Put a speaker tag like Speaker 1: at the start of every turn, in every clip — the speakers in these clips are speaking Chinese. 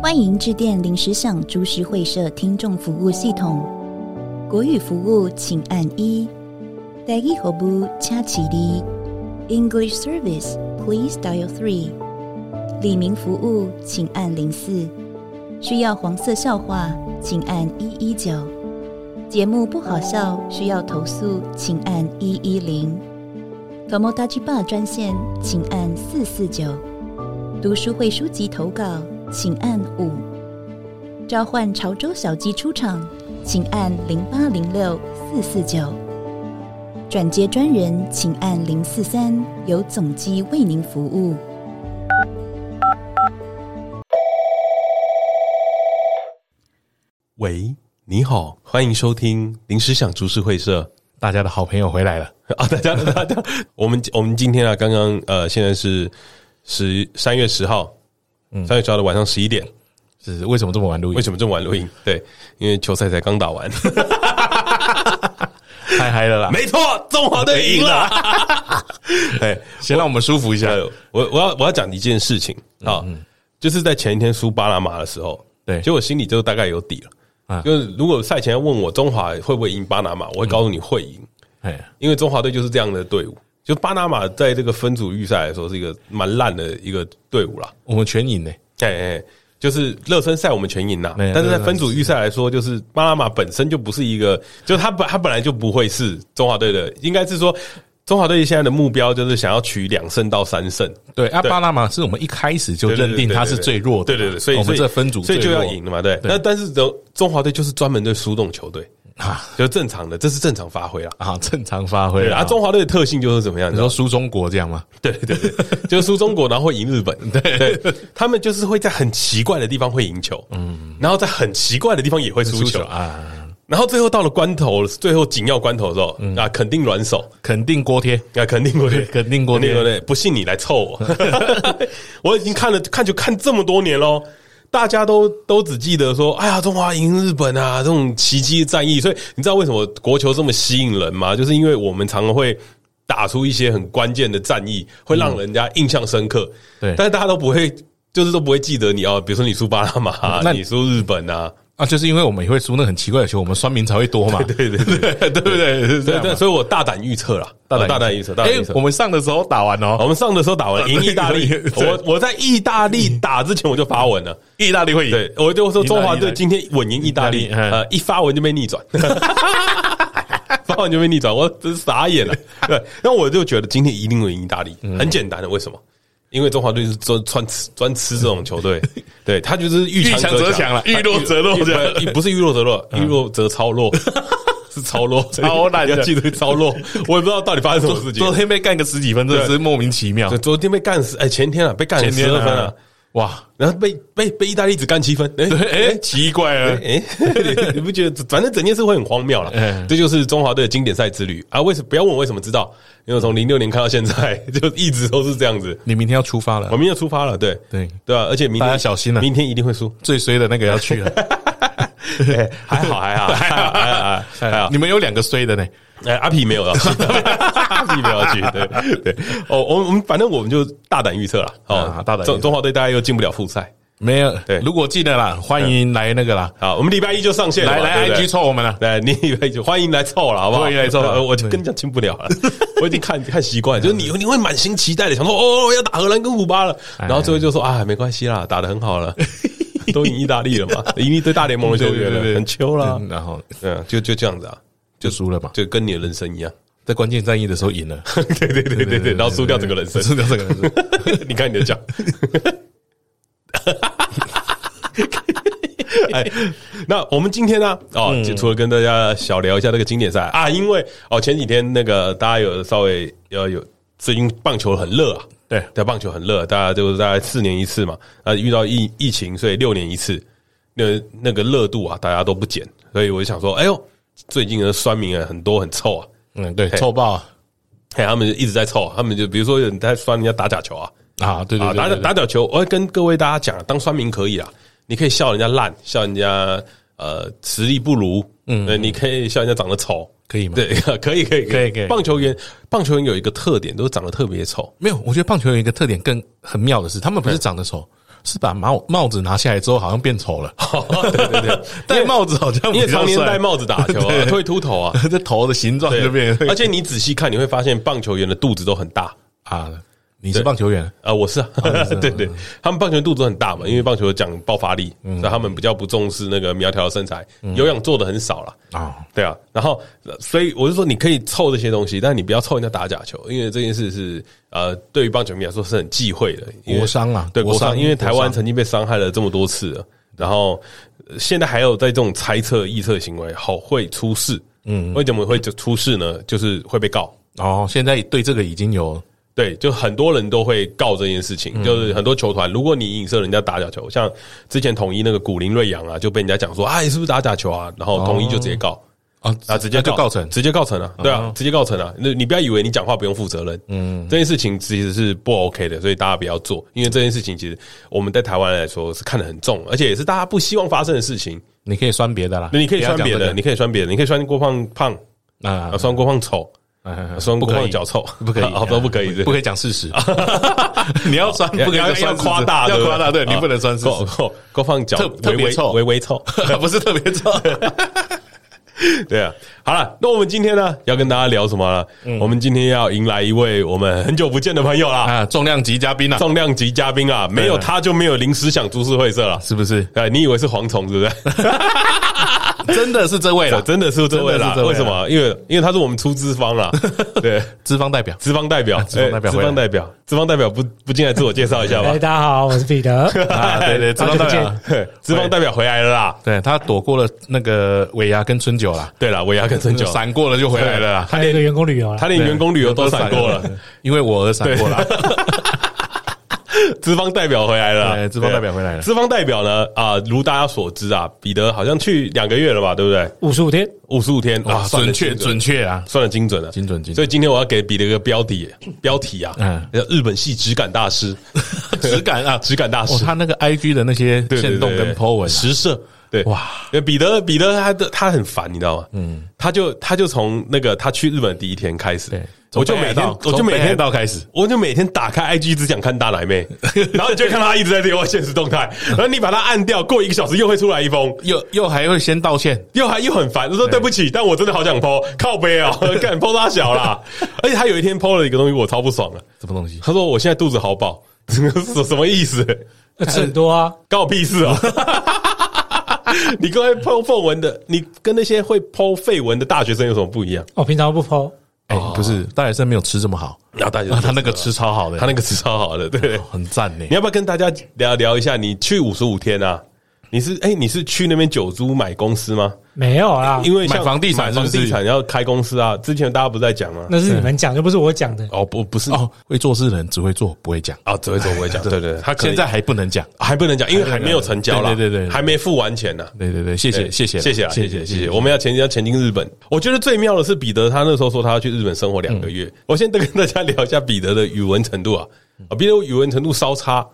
Speaker 1: 欢迎致电临时想株式会社听众服务系统，国语服务请按一，台语服务请起立，English service please dial three，李明服务请按零四，需要黄色笑话请按一一九，节目不好笑需要投诉请按一一零，Tomodachi Bar 专线请按四四九，读书会书籍投稿。请按五。召唤潮州小鸡出场，请按零八零六四四九。转接专人，请按零四三，由总机为您服务。
Speaker 2: 喂，你好，欢迎收听临时想株式会社
Speaker 3: 大家的好朋友回来了，
Speaker 2: 啊！大家，大家，我们我们今天啊，刚刚呃，现在是十三月十号，三月十号的晚上十一点。
Speaker 3: 是为什么这么晚录音？
Speaker 2: 为什么这么晚录音？对，因为球赛才刚打完，
Speaker 3: 么太嗨了 啦？
Speaker 2: 没错，中华队赢了。哎，
Speaker 3: 先让我们舒服一下。
Speaker 2: 呃我我要我要讲一件事情啊，就是在前一天输巴拿马的时候，
Speaker 3: 对
Speaker 2: 其实我心里就大概有底了。
Speaker 3: 啊
Speaker 2: 就是如果赛前要问我中华会不会赢巴拿马，我会告诉你会赢，
Speaker 3: 哎，
Speaker 2: 因为中华队就是这样的队伍。就巴拿马在这个分组预赛来说是一个蛮烂的一个队伍啦，
Speaker 3: 我们全赢呢，
Speaker 2: 哎哎，就是热身赛我们全赢啦，
Speaker 3: 对
Speaker 2: 但是在分组预赛来说，就是巴拿马本身就不是一个，就是他本他本来就不会是中华队的，应该是说中华队现在的目标就是想要取两胜到三胜，
Speaker 3: 对啊，
Speaker 2: 对
Speaker 3: 巴拿马是我们一开始就
Speaker 2: 对对对
Speaker 3: 认定他是最弱的
Speaker 2: 对
Speaker 3: 嘛，
Speaker 2: 对对，所以
Speaker 3: 我们
Speaker 2: 所以
Speaker 3: 这分组
Speaker 2: 所以就
Speaker 3: 最
Speaker 2: 要
Speaker 3: 弱
Speaker 2: 赢了嘛，对。
Speaker 3: 对
Speaker 2: 那但是中中华队就是专门对输这种球队，
Speaker 3: 啊
Speaker 2: 就是正常的，这是正常发挥啦。
Speaker 3: 啊，正常发挥
Speaker 2: 对啊，
Speaker 3: 啊。
Speaker 2: 中华队的特性就是怎么样？
Speaker 3: 你
Speaker 2: 你知道
Speaker 3: 说
Speaker 2: 吗
Speaker 3: 输中国这样吗？
Speaker 2: 对对对，就是输中国，然后会赢日本。对，他们就是会在很奇怪的地方会赢球，嗯，然后在很奇怪的地方也会输球，
Speaker 3: 啊，
Speaker 2: 然后最后到了关头，最后紧要关头的时候啊，肯定软手，
Speaker 3: 肯定锅贴，
Speaker 2: 啊，肯定过去，
Speaker 3: 肯定过去
Speaker 2: 对不对？不信你来凑 我，我已经看了看球看这么多年喽。大家都都只记得说，哎呀，中华赢日本啊，这种奇迹战役。所以你知道为什么国球这么吸引人吗？就是因为我们常常会打出一些很关键的战役，会让人家印象深刻。
Speaker 3: 嗯对
Speaker 2: 但是大家都不会，就是都不会记得你哦，比如说你输巴拿马、啊，
Speaker 3: 嗯那
Speaker 2: 你输日本啊，
Speaker 3: 啊，就是因为我们也会输那很奇怪的球，我们酸民才会多嘛，
Speaker 2: 对对对对
Speaker 3: 对不对？是这
Speaker 2: 对
Speaker 3: 样
Speaker 2: 对，
Speaker 3: 嘛。
Speaker 2: 所以我大胆预测啦，大胆大胆预测，大胆预测
Speaker 3: 哎，我。们上的时候打完哦，，
Speaker 2: 我们上的时候打完赢意大利
Speaker 3: 对
Speaker 2: 我我在意大利打之前我就发文了，
Speaker 3: 意大利会赢，
Speaker 2: 对我就说中华队
Speaker 3: 意大利
Speaker 2: 今天稳赢意大利，
Speaker 3: 意大利嗯
Speaker 2: 呃，一发文就被逆 转，发文就被逆转，我真是傻眼了。 对，那我就觉得今天一定会赢意大利，
Speaker 3: 嗯
Speaker 2: 很简单的，为什么？因为中华队是专专吃专吃这种球队，对他就是遇
Speaker 3: 嗯遇强则
Speaker 2: 则
Speaker 3: 强了
Speaker 2: 啊
Speaker 3: 遇弱则弱
Speaker 2: 遇
Speaker 3: 这样嗯
Speaker 2: 不不是遇弱则弱，遇弱则超弱， 是超弱，
Speaker 3: 超烂 的
Speaker 2: 要记得超弱。我也不知道到底发生什么事情。
Speaker 3: 昨天被干个十几分，真的
Speaker 2: 对
Speaker 3: 是莫名其妙
Speaker 2: 昨。昨天被干死，哎、前天啊被干
Speaker 3: 哦前
Speaker 2: 十
Speaker 3: 天
Speaker 2: 二
Speaker 3: 啊
Speaker 2: 分啊，
Speaker 3: 哇，
Speaker 2: 然后被被被意大利只干七 分，哎、
Speaker 3: 对，哎，奇怪了，
Speaker 2: 哎、你你不觉得？反正整件事会很荒谬了。
Speaker 3: 嗯
Speaker 2: 这就是中华队的经典赛之旅啊！为什不要问我为什么知道？因为我从零六年看到现在， 就一直都是这样子。
Speaker 3: 你明天要出发了
Speaker 2: 我，明天就出发了，对
Speaker 3: 对
Speaker 2: 对吧、而且明天
Speaker 3: 大家小心啊了
Speaker 2: 明天一定会 输。
Speaker 3: 最衰的那个要去
Speaker 2: 啊
Speaker 3: 了，
Speaker 2: 哎还好，还好，还好，还好，还好。
Speaker 3: 哎你们有两个衰的呢，
Speaker 2: 哎，阿皮没有要去， 阿皮没有要去，对对。哦，我们我们反正我们就大胆预测了。哦
Speaker 3: 啊，大胆预测
Speaker 2: 中中华队大概又进不了复赛。
Speaker 3: 没有。
Speaker 2: 对
Speaker 3: 如果进了啦，欢迎来那个啦，
Speaker 2: 好，我们礼拜一就上线了嘛，
Speaker 3: 来来
Speaker 2: 对不对
Speaker 3: IG 凑我们了。
Speaker 2: 对，你以为就欢迎来凑了，好不好？
Speaker 3: 欢迎来凑
Speaker 2: 呃我就
Speaker 3: 对
Speaker 2: 跟你讲进不了了，我已经看看习惯了，就是你你会满心期待的想说哦要打荷兰跟古巴了，然后最后就说啊没关系啦，打的很好了，都赢意大利了嘛，赢一堆大联盟的球员了，很秋啦
Speaker 3: 嗯，然后
Speaker 2: 嗯，就就这样子啊，
Speaker 3: 就输了嘛，
Speaker 2: 就跟你的人生一样，
Speaker 3: 在关键战役的时候赢了，
Speaker 2: 对对对对对， 然后输掉整个人生，
Speaker 3: 输掉这个人生。
Speaker 2: 你看你的脚。哎，那我们今天呢、哦，就除了跟大家小聊一下这个经典赛啊，因为哦前几天那个大家有稍微要有最近棒球很热啊，
Speaker 3: 对
Speaker 2: 对，棒球很热，大家就是大概四年一次嘛，啊遇到疫疫情，所以六年一次，那那个热度啊，大家都不减，所以我就想说，哎呦，最近的酸民啊很多很臭啊，
Speaker 3: 嗯，对，臭爆啊
Speaker 2: 嘿，他们就一直在臭，啊他们就比如说有人在酸人家打假球啊，
Speaker 3: 啊！对对
Speaker 2: 啊，
Speaker 3: 对
Speaker 2: 打
Speaker 3: 对
Speaker 2: 打打
Speaker 3: 对
Speaker 2: 角球，我会跟各位大家讲，当酸民可以啦，啊你可以笑人家烂，笑人家呃实力不如，嗯，你可以笑人家长得丑，
Speaker 3: 可以吗？，
Speaker 2: 对， 可以可以
Speaker 3: 可以可以
Speaker 2: 棒球员棒球员 有一个特点，都是长得特别丑，
Speaker 3: 没有，我觉得棒球有一个特点更很妙的是，他们不是长得丑，是把帽帽子拿下来之后，好像变丑了。
Speaker 2: 对对对，
Speaker 3: 戴帽子好像
Speaker 2: 因为
Speaker 3: 比较
Speaker 2: 常年
Speaker 3: 帅
Speaker 2: 戴帽子打球啊，
Speaker 3: 对
Speaker 2: 会秃头啊。
Speaker 3: 这头的形状
Speaker 2: 对
Speaker 3: 就变，，
Speaker 2: 而且你仔细看，你会发现棒球员的肚子都很大。
Speaker 3: 啊，你是棒球员，
Speaker 2: 啊，我是啊，
Speaker 3: 你是 啊
Speaker 2: 对对，他们棒球肚子都很大嘛，因为棒球讲爆发力，
Speaker 3: 嗯
Speaker 2: 所以他们比较不重视那个苗条的身材，有氧做的很少了。
Speaker 3: 啊，
Speaker 2: 对啊，然后呃所以我就说你可以凑这些东西，但你不要凑人家打假球，因为这件事是呃，对于棒球迷来说是很忌讳的。因为
Speaker 3: 国伤啊
Speaker 2: 对
Speaker 3: 国
Speaker 2: 国伤，
Speaker 3: 伤
Speaker 2: 因为台
Speaker 3: 国
Speaker 2: 湾
Speaker 3: 伤
Speaker 2: 曾经被伤害了这么多次了，然后呃现在还有在这种猜测、臆测行为，好会出事。嗯，为什么会就出事呢？就是会被告。
Speaker 3: 哦，现在对这个已经有
Speaker 2: 对，就很多人都会告这件事情，就是很多球团，如果你影射人家打假球，像之前统一那个古林瑞阳啊，就被人家讲说啊，你是不是打假球啊？然后统一就直接告。
Speaker 3: 啊
Speaker 2: 啊，直接
Speaker 3: 就告成，嗯
Speaker 2: 直接告成啊，对啊，直接告成啊。那你不要以为你讲话不用负责任，嗯，这件事情其实是不 OK 的，所以大家不要做，因为这件事情其实我们在台湾来说是看得很重，而且也是大家不希望发生的事情。
Speaker 3: 你可以酸别的啦，
Speaker 2: 那你可以酸别的，
Speaker 3: 不
Speaker 2: 你可以酸别的，你可以酸郭胖胖，
Speaker 3: 要
Speaker 2: 啊，酸郭胖丑，
Speaker 3: 讲
Speaker 2: 啊
Speaker 3: 这
Speaker 2: 酸
Speaker 3: 个，
Speaker 2: 郭
Speaker 3: 呃不可
Speaker 2: 胖
Speaker 3: 以
Speaker 2: 脚臭，
Speaker 3: 哦 不 可以，呃
Speaker 2: 啊，都不可以，对
Speaker 3: 不可以讲事实。你要酸，不可以
Speaker 2: 要
Speaker 3: 讲
Speaker 2: 要
Speaker 3: 酸事实
Speaker 2: 夸大，
Speaker 3: 要
Speaker 2: 对不啊
Speaker 3: 夸大，哦对你不能酸事
Speaker 2: 够
Speaker 3: 实，
Speaker 2: 够够放脚，
Speaker 3: 特特别
Speaker 2: 微微
Speaker 3: 臭
Speaker 2: 微微 臭。
Speaker 3: 不是特别重。
Speaker 2: 对啊，好了，那我们今天呢要跟大家聊什么呢？
Speaker 3: 嗯
Speaker 2: 我们今天要迎来一位我们很久不见的朋友啦，
Speaker 3: 啊，重量级嘉宾啊，
Speaker 2: 重量级嘉宾啊，没有他就没有临时想株式会社了。
Speaker 3: 是不是？
Speaker 2: 哎，你以为是蝗虫是不是？ 哎
Speaker 3: 真的是这位了，
Speaker 2: 真的是这位啦
Speaker 3: 真的是这位啦啊
Speaker 2: 为什么？因为因为他是我们出资方 啦，对，
Speaker 3: 资方代表。
Speaker 2: 资方代表，
Speaker 3: 啊资方代表
Speaker 2: 哎资方代表，资方代表不不进来自我介绍一下吧
Speaker 4: 哎，？大家好，我是彼得。
Speaker 3: 啊， 对对，资方代
Speaker 4: 好久
Speaker 3: 表，
Speaker 2: 嘿资方代表回来了啦。
Speaker 3: 对他躲过了那个尾牙跟春酒啦，
Speaker 2: 对了，我也要跟陈
Speaker 3: 就
Speaker 2: 九，
Speaker 3: 闪过了就回来了啦。
Speaker 4: 还有一个员工旅游啊啦
Speaker 2: 他，连员工旅游都闪过了，，
Speaker 3: 因为我而闪过了。
Speaker 2: 资方代表回来了啦，
Speaker 3: 对资方代表回来了
Speaker 2: 资方代表呢啊、如大家所知啊，彼得好像去两个月了吧，对不对？
Speaker 4: 五十五天，
Speaker 2: 五十五天哇，
Speaker 3: 啊，
Speaker 2: 算得
Speaker 3: 准确
Speaker 2: 精准
Speaker 3: 准确啊，
Speaker 2: 算的精准了，
Speaker 3: 精准精准
Speaker 2: 所以今天我要给彼得一个标题， 标题啊，
Speaker 3: 嗯
Speaker 2: 叫日本系质感大师，
Speaker 3: 质感啊，
Speaker 2: 质感大
Speaker 3: 哦，
Speaker 2: 师，
Speaker 3: 他那个 IG 的那些
Speaker 2: 对对
Speaker 3: 线动
Speaker 2: 对对
Speaker 3: 跟 po 文啊，
Speaker 2: 实摄。对，哇
Speaker 3: 哇！
Speaker 2: 彼得，彼得他的他很烦，你知道吗？嗯，他就他就从那个他去日本的第一天开始
Speaker 3: 对，
Speaker 2: 我就
Speaker 3: 从
Speaker 2: 每
Speaker 3: 北海
Speaker 2: 天
Speaker 3: 道
Speaker 2: 我就
Speaker 3: 从
Speaker 2: 每
Speaker 3: 北海
Speaker 2: 天
Speaker 3: 道开始，
Speaker 2: 我就每天打开 IG 只想看大奶 妹，然后你就会看到他一直在丢现实动态，然后你把它按掉，过一个小时又会出来一封，
Speaker 3: 又又还会先道歉，
Speaker 2: 又还又很烦，就说对不起，但我真的好想 PO 靠背 哦，干 PO 他小啦。而且他有一天 PO 了一个东西，我超不爽的。
Speaker 3: 什么东西？
Speaker 2: 他说我现在肚子好饱， 什什么意思？
Speaker 4: 呃吃很多啊，
Speaker 2: 关我屁事哦！ 你跟会 PO 绯闻的，你跟那些会 PO 绯闻的大学生有什么不一样？
Speaker 4: 我哦平常不剖，
Speaker 3: 哎，不是，大学生没有吃这么好，
Speaker 2: 然后大学
Speaker 3: 啊，他那个吃超好的，哦
Speaker 2: 他那个吃嗯超好的，对。
Speaker 3: 很赞呢
Speaker 2: 你。要不要跟大家聊聊一下？你去五十五天啊？你是哎、你是去那边九租买公司吗？
Speaker 4: 没有啊啦，
Speaker 2: 因为像
Speaker 3: 买房地产
Speaker 2: 买房
Speaker 3: 是不
Speaker 2: 地
Speaker 3: 是
Speaker 2: 产要开公司啊，之前大家不是在讲吗？
Speaker 4: 那是你们讲，又不是我讲的。
Speaker 2: 哦，不，不是
Speaker 3: 哦，会做事的人只会做，不会讲。
Speaker 2: 啊，只会走不会讲， 对对，对他可能
Speaker 3: 现在还不能讲。
Speaker 2: 还不能讲，因为还没有成交啦，
Speaker 3: 对对对对对
Speaker 2: 还没付完钱呢。
Speaker 3: 对对对，谢谢谢谢
Speaker 2: 谢谢啊谢
Speaker 3: 谢
Speaker 2: 谢
Speaker 3: 谢
Speaker 2: 谢谢，我们要前要前进日本。我觉得最妙的是彼得，他那时候说他要去日本生活两个月。我先跟大家聊一下彼得的语文程度啊，啊，彼得语文程度稍差，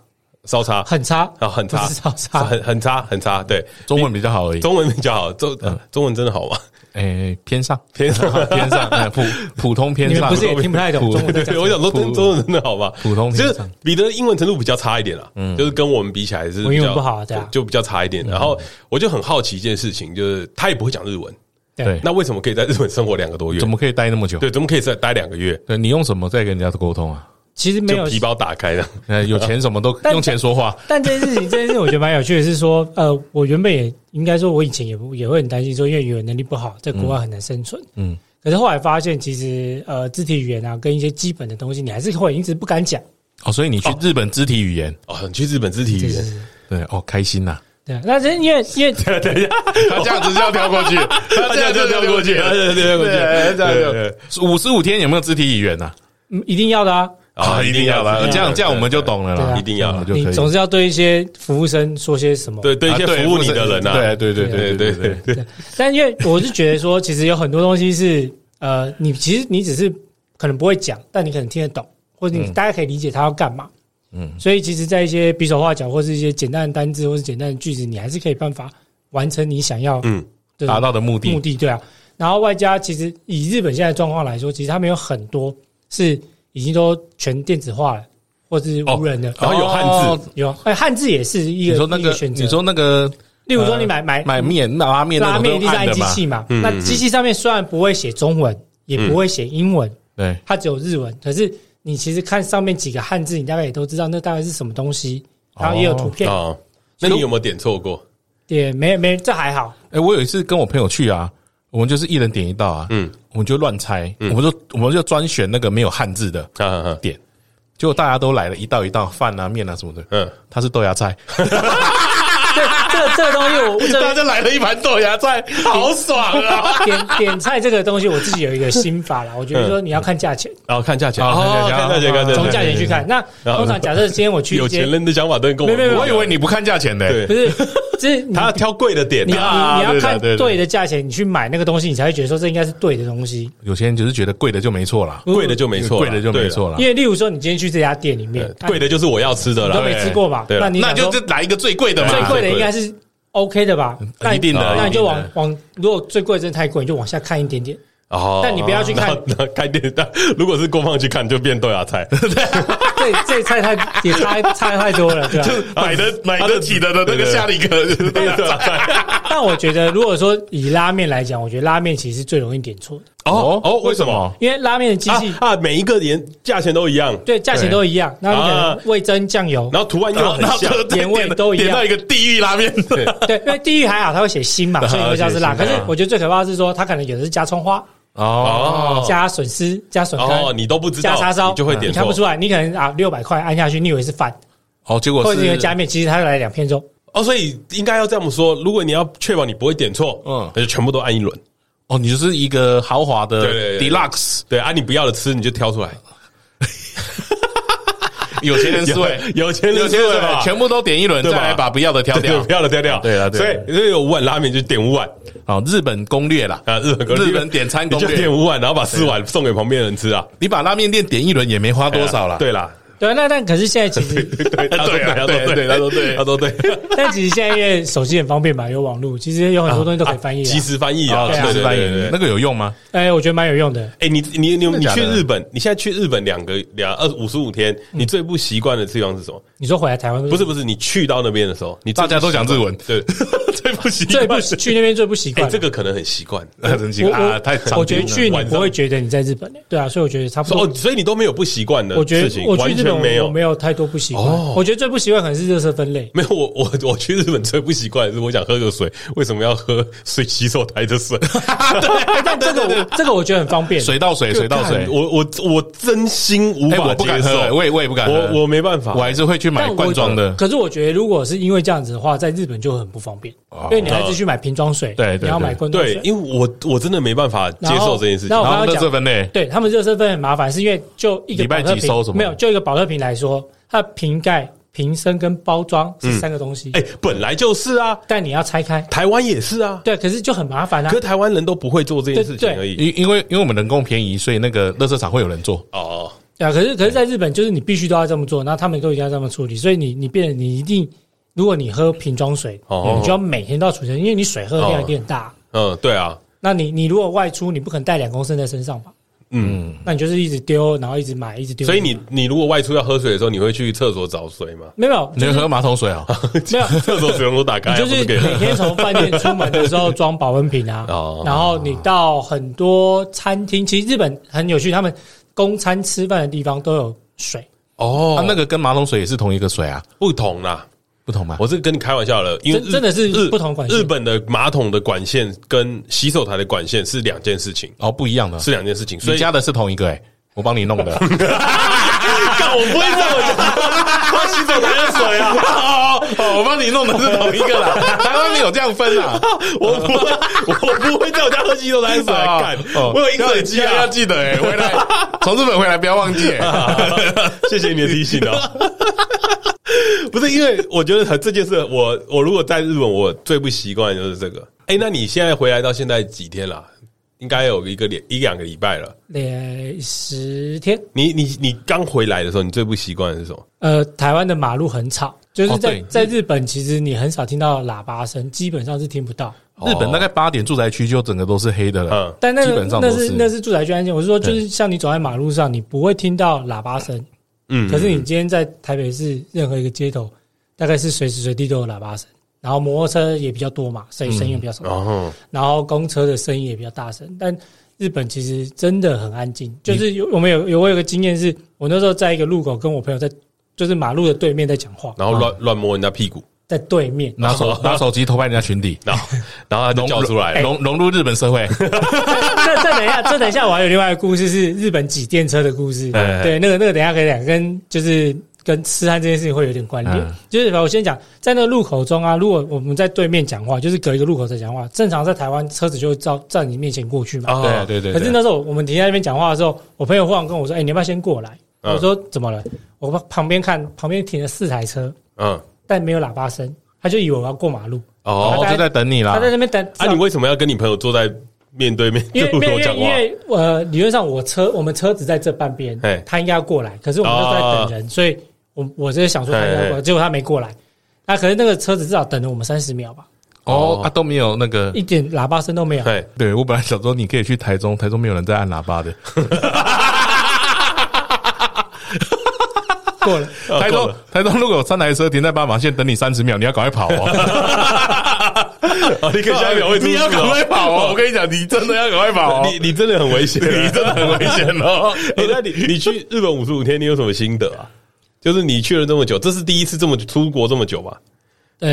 Speaker 2: 稍差，
Speaker 4: 很差
Speaker 2: 啊，很差，
Speaker 4: 不是超差
Speaker 2: 很很差，很差。对，嗯
Speaker 3: 中文比较好而已。
Speaker 2: 中文比较好，中中文真的好吗？
Speaker 3: 哎，偏上
Speaker 2: 偏上
Speaker 3: 偏上，哎普普通偏
Speaker 4: 你们
Speaker 3: 上，
Speaker 4: 不是也听不太懂
Speaker 3: 普
Speaker 4: 中文在
Speaker 2: 对，
Speaker 4: 讲
Speaker 2: 我
Speaker 4: 什
Speaker 2: 想
Speaker 4: 么？
Speaker 2: 说真中文真的好吗？
Speaker 3: 普通
Speaker 2: 就
Speaker 3: 平
Speaker 2: 是
Speaker 3: 常嗯
Speaker 2: 彼得英文程度比较差一点啦，就是跟我们比起来是比较
Speaker 4: 我英文不好对啊
Speaker 2: 就比较差一点。然后我就很好奇一件事情，就是他也不会讲日文，
Speaker 3: 对
Speaker 2: 那为什么可以在日本生活两个多月
Speaker 3: 怎？么可以待那么久？
Speaker 2: 对，怎么可以再待两个月？
Speaker 3: 对你用什么在跟人家沟通啊？
Speaker 4: 其实没
Speaker 2: 就
Speaker 4: 有
Speaker 2: 皮包打开了，
Speaker 3: 呃，有钱什么都
Speaker 4: 但
Speaker 3: 用钱说话。
Speaker 4: 但这件事情，这件事情我觉得蛮有趣的，是说，呃，我原本也应该说，我以前也不也会很担心，说因为语文能力不好，在国外很难生存。
Speaker 3: 嗯
Speaker 4: 嗯，可是后来发现，其实呃，肢体语言啊，跟一些基本的东西，你还是会一直不敢讲。
Speaker 3: 哦，所以你去日本肢体语言，
Speaker 2: 哦，你去日本肢体语
Speaker 4: 就是
Speaker 2: 言，
Speaker 3: 对哦，开心呐。
Speaker 4: 对，啊那是因为因为
Speaker 2: 等一下，
Speaker 3: 他这样子就要跳过去， 他
Speaker 2: 他这样就跳过去，他这样就跳过去，
Speaker 3: 对这样
Speaker 2: 对
Speaker 3: 就
Speaker 2: 对对
Speaker 3: 五十五天有没有肢体语言哦呐？
Speaker 4: 嗯一定要的啊，
Speaker 2: 啊，一定要
Speaker 3: 啦
Speaker 2: 的，
Speaker 3: 这样这样我们就懂了
Speaker 4: 对
Speaker 3: 啦，
Speaker 4: 啊
Speaker 2: 一定要啦
Speaker 3: 我就可以
Speaker 4: 你总是要对一些服务生说些什么。
Speaker 2: 对对一些
Speaker 3: 啊
Speaker 2: 服务你的人啊，
Speaker 3: 对
Speaker 2: 对
Speaker 3: 对对对
Speaker 2: 对
Speaker 3: 对
Speaker 2: 对
Speaker 3: 对，
Speaker 2: 对，
Speaker 4: 但因为我是觉得说，其实有很多东西是呃，你其实你只是可能不会讲，但你可能听得懂，或者你
Speaker 3: 嗯
Speaker 4: 大概可以理解他要干嘛。嗯，所以其实，在一些比手画脚，或是一些简单的单字，或是简单的句子，你还是可以办法完成你想要
Speaker 2: 嗯
Speaker 4: 的
Speaker 3: 达到的目
Speaker 4: 目
Speaker 3: 的
Speaker 4: 的，对啊。然后外加，其实以日本现在的状况来说，其实他们有很多是已经都全电子化了，或是无人
Speaker 3: 哦
Speaker 4: 的。
Speaker 2: 然后有汉字，
Speaker 3: 字。
Speaker 4: 有，哎，汉字也是一个
Speaker 3: 你说那
Speaker 4: 一个
Speaker 3: 个，
Speaker 4: 选择。
Speaker 3: 你说那个，
Speaker 4: 例如说你买买
Speaker 3: 呃买面、拉面那
Speaker 4: 拉
Speaker 3: 种
Speaker 4: 面
Speaker 3: 都
Speaker 4: 第
Speaker 3: 按
Speaker 4: 三
Speaker 3: 的
Speaker 4: 机
Speaker 3: 嘛？
Speaker 4: 器嘛，
Speaker 2: 嗯
Speaker 4: 那机器上面虽然不会写中文，也不会写英文，
Speaker 3: 对，
Speaker 4: 它只有日文，可是你其实看上面几个汉字，你大概也都知道那大概是什么东西，然后也有图片，
Speaker 2: 啊。那你有没有点错过？
Speaker 4: 也没没这还好，
Speaker 3: 哎、我有一次跟我朋友去啊，我们就是一人点一道啊，
Speaker 2: 嗯
Speaker 3: 我们就乱猜，我们就我们就专选那个没有汉字的
Speaker 2: 啊啊啊
Speaker 3: 点，结果大家都来了一道一道饭啊、面啊什么的，
Speaker 2: 嗯，
Speaker 3: 他是豆 芽菜，
Speaker 4: 这这这个东西我这
Speaker 3: 大
Speaker 4: 个
Speaker 3: 家来了一盘豆芽菜，好爽 啊！
Speaker 4: 点点菜这个东西，我自己有一个心法啦，我觉得说你要看价钱，
Speaker 2: 然后看价钱，
Speaker 3: 哦
Speaker 2: 哦看
Speaker 3: 看
Speaker 2: 价钱，
Speaker 3: 价钱
Speaker 2: 看价钱，
Speaker 4: 从价钱去看。那
Speaker 2: 然后
Speaker 4: 通常假设今天我去
Speaker 2: 有
Speaker 4: 一
Speaker 2: 钱
Speaker 4: 间，
Speaker 2: 人的想法都跟我们
Speaker 4: 没没没
Speaker 2: 不
Speaker 3: 我
Speaker 2: 一
Speaker 3: 以
Speaker 2: 样
Speaker 3: 为你不看价钱的、
Speaker 2: 对
Speaker 4: 不是，这是你
Speaker 2: 他要挑贵的点
Speaker 4: 你你你
Speaker 2: 啊，
Speaker 3: 啊
Speaker 4: 要
Speaker 3: 对
Speaker 4: 看
Speaker 3: 对对对
Speaker 4: 对的价钱，你去买那个东西，你才会觉得说这应该是对的东西。
Speaker 3: 有些人就是觉得贵的就没错
Speaker 4: 嗯
Speaker 3: 啦，
Speaker 2: 贵的嗯就没错了，
Speaker 3: 贵的就没错啦
Speaker 4: 因。为例如说，你今天去这家店里
Speaker 2: 对
Speaker 4: 面
Speaker 2: 了，，对贵的就是我要吃的
Speaker 4: 你都
Speaker 2: 了。
Speaker 4: 没吃过嘛，
Speaker 2: 对
Speaker 4: 那你
Speaker 3: 那
Speaker 4: 想
Speaker 3: 就
Speaker 4: 说
Speaker 3: 就来一个最贵的嘛，
Speaker 4: 最贵的应该是 OK 的吧？那
Speaker 2: 嗯
Speaker 3: 一定的
Speaker 4: 那
Speaker 3: 一定
Speaker 4: 你就
Speaker 3: 的
Speaker 4: 往往，如果最贵真的太贵，你就往下看一点点。
Speaker 2: 哦
Speaker 4: 但你不要去看
Speaker 2: 那那开店，但如果是郭放去看，就变豆芽 菜，
Speaker 4: 这这菜太也差差太多了，对 吧？
Speaker 3: 买得买得起的的那个下一个就是豆
Speaker 2: 变
Speaker 3: 芽
Speaker 2: 豆芽
Speaker 3: 菜
Speaker 2: 菜。
Speaker 4: 但我觉得，如果说以拉面来讲，我觉得拉面其实是最容易点错的，
Speaker 2: 哦哦，为什么？？
Speaker 4: 因为拉面的机
Speaker 2: 啊
Speaker 4: 器
Speaker 2: 啊，每一个人价钱都一样，
Speaker 4: 对价钱都一样，那你可
Speaker 2: 啊
Speaker 4: 能味增酱油，
Speaker 2: 然后图案
Speaker 3: 然
Speaker 2: 又
Speaker 3: 后
Speaker 2: 很
Speaker 3: 然后
Speaker 2: 像，
Speaker 4: 点位都一样
Speaker 3: 点到一个地狱拉面，
Speaker 2: 对
Speaker 4: 对，因为地狱还好，它会 写辛嘛，所以你会知道是辣。
Speaker 3: 啊
Speaker 4: 可
Speaker 3: 写
Speaker 4: 是
Speaker 3: 辛
Speaker 4: 我觉得最可怕的是说，它可能有的是加葱花、
Speaker 2: 哦
Speaker 4: 加笋丝、加笋
Speaker 2: 哦，
Speaker 4: 干、
Speaker 2: 你都不知道，
Speaker 4: 加叉烧，
Speaker 2: 你就会点
Speaker 4: 你看
Speaker 2: 错
Speaker 4: 不出来。你可能啊，六百块按下去，你以为是饭，
Speaker 3: 哦，结果
Speaker 4: 或者你以为
Speaker 3: 是
Speaker 4: 加面，其实它来两片肉。
Speaker 2: 哦。所以应该要这么说，如果你要确保你不会点错，嗯
Speaker 3: 嗯，
Speaker 2: 那就全部都按一轮。
Speaker 3: 哦，你就是一个豪华的
Speaker 2: 对对对对
Speaker 3: deluxe，
Speaker 2: 对啊，你不要的吃你就挑出来，
Speaker 3: 有钱人思维，
Speaker 2: 有有钱人
Speaker 3: 有
Speaker 2: 思
Speaker 3: 钱
Speaker 2: 维
Speaker 3: 人
Speaker 2: 吧
Speaker 3: 全部都点一轮，
Speaker 2: 对
Speaker 3: 再
Speaker 2: 吧
Speaker 3: 来把不要的挑
Speaker 2: 对
Speaker 3: 掉
Speaker 2: 不。要的挑掉。
Speaker 3: 对啦啊对
Speaker 2: 所
Speaker 3: 啦
Speaker 2: 以所以有五碗拉面就点五碗
Speaker 3: 好，哦日本攻略啦，
Speaker 2: 啊，日本攻略
Speaker 3: 日本点餐
Speaker 2: 你
Speaker 3: 攻
Speaker 2: 就
Speaker 3: 略
Speaker 2: 点，五碗，然后把四碗送给旁边的人吃啊，
Speaker 3: 你把拉面店点一轮也没花多少啦。
Speaker 2: 对啦，
Speaker 4: 对，啊那但可是现在其 实，
Speaker 2: 对，他说
Speaker 3: 对啊
Speaker 2: 对，他说
Speaker 3: 对
Speaker 2: 对，
Speaker 3: 对
Speaker 2: 他
Speaker 3: 他
Speaker 2: 说
Speaker 3: 说
Speaker 2: 对，
Speaker 3: 对
Speaker 2: 他说对，
Speaker 4: 但其实现在因为手机很方便嘛，有网络，其实有很多东西都可以 翻译啊。
Speaker 2: 即时翻译啊，
Speaker 4: 对啊
Speaker 3: 哦即时翻译
Speaker 2: 对对对对
Speaker 3: 那个有用 吗？
Speaker 4: 哎，我觉得蛮有用的。
Speaker 2: 哎、你你你你
Speaker 3: 假
Speaker 2: 去
Speaker 3: 的
Speaker 2: 日本，你现在去日本两个两二五十五天，你最不习惯的地方是什么？
Speaker 4: 你说回来台湾
Speaker 2: 不是不是，你去到那边的时候，你最
Speaker 3: 嗯大家都讲日文，
Speaker 2: 对，
Speaker 3: 最不习
Speaker 4: 最
Speaker 3: 惯
Speaker 4: 不习去那边最不习
Speaker 2: 哎、
Speaker 4: 惯了。
Speaker 2: 这个可能很习惯。
Speaker 3: 那真
Speaker 4: 我
Speaker 3: 行啊，太
Speaker 4: 我我
Speaker 3: 常
Speaker 4: 觉
Speaker 3: 见
Speaker 4: 得
Speaker 3: 了
Speaker 4: 去你
Speaker 2: 晚
Speaker 4: 不
Speaker 2: 上
Speaker 4: 会觉得你在日本，对啊，所以我觉得差不
Speaker 2: 说
Speaker 4: 多
Speaker 2: 哦，。所以你都没有不习惯的
Speaker 4: 我觉
Speaker 2: 事
Speaker 4: 得
Speaker 2: 情，
Speaker 4: 我去
Speaker 2: 完
Speaker 4: 日
Speaker 2: 全
Speaker 4: 本
Speaker 2: 没
Speaker 4: 我
Speaker 2: 有
Speaker 4: 没有太多不习惯
Speaker 2: 哦，
Speaker 4: 我觉得最不习惯可能是热色分 类。
Speaker 2: 没有我我我去日本最不习惯的是，我想喝个水，为什么要喝水洗手台的水？
Speaker 4: 哎但这个我这个我觉得很方便，
Speaker 3: 水到水，水到水
Speaker 2: 干。 我我我真心无
Speaker 3: 哎，
Speaker 2: 法
Speaker 3: 我不
Speaker 2: 接
Speaker 3: 敢
Speaker 2: 受，
Speaker 3: 喝，我也我也不敢喝，
Speaker 2: 我我没办法，
Speaker 3: 我还是会去买
Speaker 4: 但我
Speaker 3: 罐装的。
Speaker 4: 可是我觉得如果是因为这样子的话，在日本就很不方便，因为你还是去买瓶装水，
Speaker 3: 对对对
Speaker 4: 你要买罐装
Speaker 2: 对
Speaker 4: 水，，
Speaker 2: 因为我我真的没办法接
Speaker 4: 然后
Speaker 2: 受这件事情
Speaker 4: 然后。我
Speaker 3: 然
Speaker 4: 刚
Speaker 3: 后
Speaker 4: 刚
Speaker 3: 垃圾
Speaker 4: 讲，
Speaker 3: 分类，
Speaker 4: 对他们热色分很麻烦，是因为就一个
Speaker 3: 礼拜
Speaker 4: 保特
Speaker 3: 几收什
Speaker 4: 瓶
Speaker 3: 么
Speaker 4: 没有，就一个保特瓶来说，它的瓶盖、瓶身跟包装是三个东西，
Speaker 2: 哎、
Speaker 3: 嗯
Speaker 2: 本来就是啊，
Speaker 4: 但你要拆开，
Speaker 2: 台湾也是啊，
Speaker 4: 对，可是就很麻烦啊
Speaker 2: 可。是台湾人都不会做这件事情
Speaker 4: 对对
Speaker 2: 而已。
Speaker 3: 因因为因为我们人工便宜，所以那个垃圾场会有人做。
Speaker 2: 哦，
Speaker 4: 对啊，可是可是在日本就是你必须都要这么做，然后他们都一定要这么处理，所以你你变得你一定，如果你喝瓶装水，
Speaker 2: 哦
Speaker 4: 你就要每天都要储存，因为你水喝的量一定很大。
Speaker 3: 哦
Speaker 2: 嗯，对啊，
Speaker 4: 那你你如果外出，你不可能带两公升在身上吧？
Speaker 2: 嗯，
Speaker 4: 那你就是一直丢，然后一直买，一直丢。？
Speaker 2: 所以你你如果外出要喝水的时候，你会去厕所找水吗
Speaker 4: 没有
Speaker 3: 你就喝马桶水啊？
Speaker 4: 没有，
Speaker 2: 厕所水龙头打开
Speaker 4: 你
Speaker 2: 啊，
Speaker 4: 就
Speaker 2: 不
Speaker 4: 是
Speaker 2: 给
Speaker 4: 每天从饭店出门的时候装保温瓶啊
Speaker 2: 哦，
Speaker 4: 然后你到很多餐厅，其实日本很有趣，他们供餐吃饭的地方都有水。
Speaker 2: 哦
Speaker 3: 啊，那个跟马桶水也是同一个水啊，
Speaker 2: 不同啦。
Speaker 3: 不同吗？
Speaker 2: 我是跟你开玩笑的，因为
Speaker 4: 真
Speaker 2: 日
Speaker 4: 真的是
Speaker 2: 日
Speaker 4: 不同管线
Speaker 2: 日本的马桶的管线跟洗手台的管线是两件事情，
Speaker 3: 哦，不一样的。
Speaker 2: 是两件事情。所
Speaker 3: 你
Speaker 2: 以
Speaker 3: 家的是同一个哎、我帮你弄的。
Speaker 2: 干我不会这么讲，他洗手台的水啊，
Speaker 3: 哦哦，我帮你弄的是同一个啦。 台湾没有这样分啊。
Speaker 2: 我不会，我不会在我家喝洗手台的水啊。干，
Speaker 3: 哦
Speaker 2: 我有饮水机
Speaker 3: 要要
Speaker 2: 啊。
Speaker 3: 记得哎、回来从日本回来不要忘记、哎
Speaker 2: 谢谢你的提醒哦。 不是因为我觉得这件事，我我如果在日本，我最不习惯的就是这个。哎、那你现在回来到现在几天啦？应该有一个礼一两个礼拜了。
Speaker 4: 呃，十天，
Speaker 2: 你你你刚回来的时候，你最不习惯的是什么？
Speaker 4: 呃，台湾的马路很吵，就是
Speaker 3: 哦
Speaker 4: 在、
Speaker 3: 对
Speaker 4: 在日本，其实你很少听到喇叭声，基本上是听不到。
Speaker 3: 日本大概八点住宅区就整个都是黑的了。
Speaker 2: 嗯，
Speaker 4: 但那
Speaker 3: 基
Speaker 4: 个
Speaker 3: 本上
Speaker 4: 那
Speaker 3: 都
Speaker 4: 是
Speaker 3: 是
Speaker 4: 那是住宅区案件，我是说，就是像你走在马路上，你不会听到喇叭声，
Speaker 2: 嗯
Speaker 4: 可是你今天在台北市任何一个街头，大概是随时随地都有喇叭声，然后摩托车也比较多嘛，所以声音也比较少，
Speaker 2: 然后
Speaker 4: 然后公车的声音也比较大声。但日本其实真的很安静，就是有我们有有我有个经验是，我那时候在一个路口跟我朋友在就是马路的对面在讲话，
Speaker 2: 然后乱乱摸人家屁股，
Speaker 4: 在对面，
Speaker 3: 拿手拿手机偷拍人家群底，
Speaker 2: 然后然后他就叫出来了，
Speaker 3: 融融入日本社会。
Speaker 4: 这这等一下，这等一下，我还有另外一个故事是日本挤电车的故事。
Speaker 2: 哎
Speaker 4: 对，那个那个等一下可以讲，跟就是跟痴汉这件事情会有点关联。
Speaker 3: 嗯
Speaker 4: 就是我先讲，在那个路口中啊，如果我们在对面讲话，就是隔一个路口在讲话，正常在台湾车子就会照站你面前过去嘛。
Speaker 2: 啊
Speaker 3: 对对对，
Speaker 4: 可是那时候我们停在那边讲话的时候，我朋友忽然跟我说：“哎、你要不要先过来？”
Speaker 2: 嗯
Speaker 4: 我说：“怎么了？”我旁边看，旁边停了四台车，
Speaker 2: 嗯
Speaker 4: 但没有喇叭声，他就以为我要过马路，
Speaker 2: 哦
Speaker 3: 哦，就在等你啦
Speaker 4: 他在。那边等。
Speaker 2: 啊，你为什么要跟你朋友坐在面对面
Speaker 4: 因为
Speaker 2: 路
Speaker 4: 没有
Speaker 2: 口
Speaker 4: 因为
Speaker 2: 讲
Speaker 4: 因
Speaker 2: 话？
Speaker 4: 为呃，理论上我车我们车子在这半边
Speaker 2: 嘿，哦
Speaker 4: 他应该要过来，可是我们都在等人，所以我我在想说他应该要过
Speaker 2: 嘿嘿
Speaker 4: 来，结果他没过来。那可是那个车子至少等了我们三十秒吧，
Speaker 3: 哦，啊都没有那个。
Speaker 4: 一点喇叭声都没有。
Speaker 2: 对，
Speaker 3: 对我本来想说你可以去台中，台中没有人在按 喇叭的。
Speaker 4: 过了，
Speaker 2: 啊
Speaker 3: 台
Speaker 2: 够
Speaker 3: 中
Speaker 2: 了
Speaker 3: 台中如果有三台车停在斑马线等你三十秒，你要赶快跑 哦！
Speaker 2: 啊，你跟下一秒会出
Speaker 3: 你
Speaker 2: 事
Speaker 3: 要赶快
Speaker 2: 哦。
Speaker 3: 跑哦！我跟你讲，你真的要赶快跑哦！
Speaker 2: 你你真的很危险，啊 你真的
Speaker 3: 很危险 哦！
Speaker 2: 哎、那你你去日本五十五天，你有什么心得啊？就是你去了这么久，这是第一次这么出国这么久吧？
Speaker 4: 对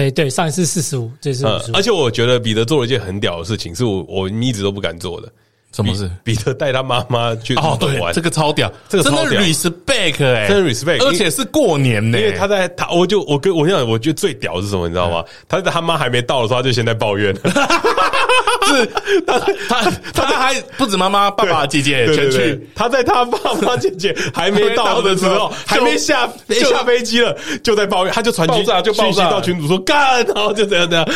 Speaker 4: 哎对，上一次四十五，这次五十
Speaker 2: 嗯，
Speaker 4: 五
Speaker 2: 而。且我觉得彼得做了一件很屌的事情，是我我一直都不敢做的。
Speaker 3: 什么事？
Speaker 2: 彼得带他妈妈去日
Speaker 3: 哦，
Speaker 2: 本
Speaker 3: 对，
Speaker 2: 玩，
Speaker 3: 这个超屌，
Speaker 2: 这个
Speaker 3: 真
Speaker 2: 超
Speaker 3: 的
Speaker 2: 屌
Speaker 3: respect 哎、
Speaker 2: 真的 respect，
Speaker 3: 而且是过年呢、
Speaker 2: 因为他在他，我就我跟我跟你讲，我觉得最屌的是什么，你知道吗？
Speaker 3: 嗯
Speaker 2: 他在他妈还没到的时候，他就先在抱怨，
Speaker 3: 是他 他他还不止妈 妈、爸爸、姐姐
Speaker 2: 对
Speaker 3: 全
Speaker 2: 对对
Speaker 3: 去，
Speaker 2: 他在他爸 妈姐姐还没到的时候，还
Speaker 3: 还
Speaker 2: 没
Speaker 3: 没
Speaker 2: 下
Speaker 3: 到的时候就
Speaker 2: 下飞机了，就在抱怨，他就传讯
Speaker 3: 爆炸就爆炸
Speaker 2: 讯息到群主说干，然后就怎样怎样，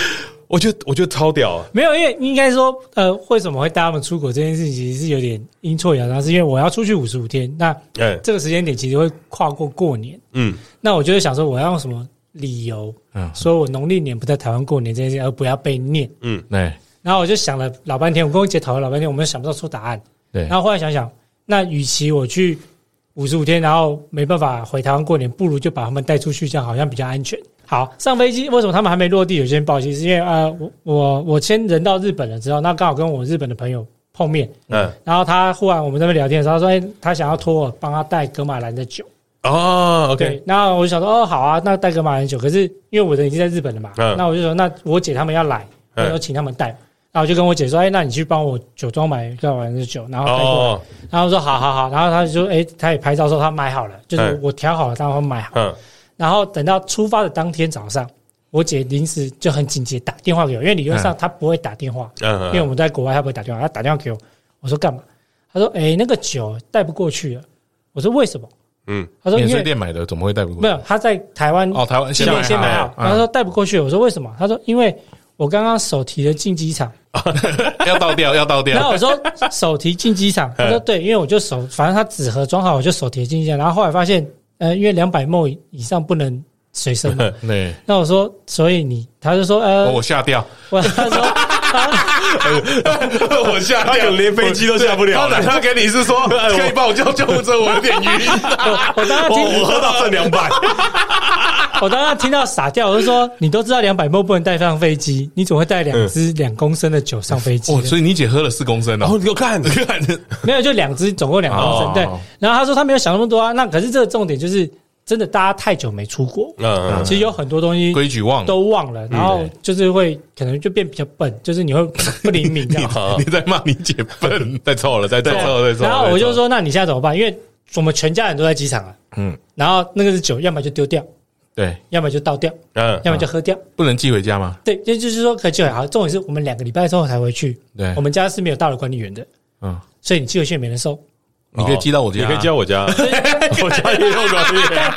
Speaker 2: 我觉得我觉得超屌啊，
Speaker 4: 没有，因为应该说，呃，为什么会带他们出国这件事情，其实是有点阴错阳差，是因为我要出去五十五天，那
Speaker 2: 哎
Speaker 4: 这个时间点其实会跨过过年，
Speaker 2: 嗯，
Speaker 4: 那我就会想说，我要用什么理由，
Speaker 3: 嗯
Speaker 4: 说我农历年不在台湾过年这件事，而不要被念。
Speaker 3: 对
Speaker 4: 然后我就想了老半天，我跟我姐讨论老半天，我们想不到出答案。
Speaker 3: 对
Speaker 4: 然后后来想想，那与其我去五十五天，然后没办法回台湾过年，不如就把他们带出去，这样好像比较安全。好，上飞机为什么他们还没落地？有些人抱歉，是因为呃，我我我先人到日本了之后，那刚好跟我日本的朋友碰面，
Speaker 2: 嗯
Speaker 4: 然后他忽然我们在那边聊天的时候，他说，哎、他想要托我帮他带格马兰的酒。
Speaker 2: 哦，OK，
Speaker 4: 对，那我就想说，哦，好啊，那带个马兰酒。可是因为我人已经在日本了嘛，
Speaker 2: 嗯
Speaker 4: 那我就说，那我姐他们要来，我
Speaker 2: 嗯
Speaker 4: 要请他们带。然后我就跟我姐说，哎，那你去帮我酒庄买一个马兰酒，然后带过来。
Speaker 2: 哦，
Speaker 4: 然后我说，好好好。然后他就说，哎，他也拍照说他买好了，就是
Speaker 2: 嗯
Speaker 4: 我调好了，然后买好。
Speaker 2: 嗯
Speaker 4: 然后等到出发的当天早上，我姐临时就很紧急地打电话给我，因为理论上她不会打电话，因为 我
Speaker 2: 嗯，
Speaker 4: 们在国外，他不会打电话，他打电话给我，我说干嘛？他说，哎，那个酒带不过去了。我说为什么？
Speaker 2: 嗯，
Speaker 4: 他说
Speaker 3: 免
Speaker 4: 因
Speaker 3: 税
Speaker 4: 为
Speaker 3: 店买的怎么会带不过？
Speaker 4: 没有他在台湾
Speaker 3: 哦，台湾
Speaker 4: 今年先买好，然后说带不过去，我说为什么？他说因为我刚刚手提了进机 场，
Speaker 3: 嗯 要倒掉，要倒
Speaker 4: 然
Speaker 3: 掉。
Speaker 4: 后我说手提进机 场，他说对，因为我就手，反正他纸盒装好，我就手提进机场，然后后来发现，呃，因为两百梦以上不能随身 嘛，
Speaker 3: 对，哦
Speaker 4: 那我说，所以你，他就说，呃，
Speaker 3: 我下掉，
Speaker 4: 我他说。他
Speaker 3: 我下
Speaker 2: 他可
Speaker 3: 掉，
Speaker 2: 能啊连飞机都下不了
Speaker 3: 他他给你是 说可以帮哎我叫救护车，我有 点晕。
Speaker 4: 我我当时
Speaker 2: 我我
Speaker 4: 听，
Speaker 2: 喝到剩两 百，
Speaker 4: 哦
Speaker 3: 哦
Speaker 4: 我 当时听到傻掉，我就说：“你都知道两百梦不能带上飞机，你怎么会带两只两公升的酒上飞机呢？”
Speaker 3: 哦，所以你姐喝了四公升
Speaker 2: 然后
Speaker 3: 哦，
Speaker 2: 你就 看，
Speaker 3: 看
Speaker 4: 没有，就两只，总共两公
Speaker 3: 哦
Speaker 4: 升。对，然后他说他没有想那么多啊。那可是这个重点就是，真的大家太久没出国，
Speaker 2: 嗯，
Speaker 4: 其实有很多东西
Speaker 3: 规矩忘了，
Speaker 4: 都忘了，然后就是会可能就变比较笨，就是你会 不灵敏 这样。
Speaker 2: 啊
Speaker 3: 你在骂你姐笨，
Speaker 2: 再凑了，再凑
Speaker 3: 哦对
Speaker 2: 了，
Speaker 3: 错对错
Speaker 4: 然后我就说，那你现在怎么办？因为我们全家人都在机场啊。
Speaker 3: 嗯
Speaker 4: 嗯。然后那个是酒，要么就丢掉，
Speaker 3: 对，
Speaker 4: 要么就倒掉，
Speaker 2: 嗯，
Speaker 4: 要么就喝掉。
Speaker 3: 不能寄回家吗？
Speaker 4: 对，这就是说可就好。重点是我们两个礼拜之后才回去，
Speaker 3: 对
Speaker 4: 我，们家是没有大楼管理员的，
Speaker 3: 嗯，
Speaker 4: 所以你寄回去也没人收。
Speaker 3: 你可以寄到我家，
Speaker 2: 你可以寄到我家， 我家也有管理员，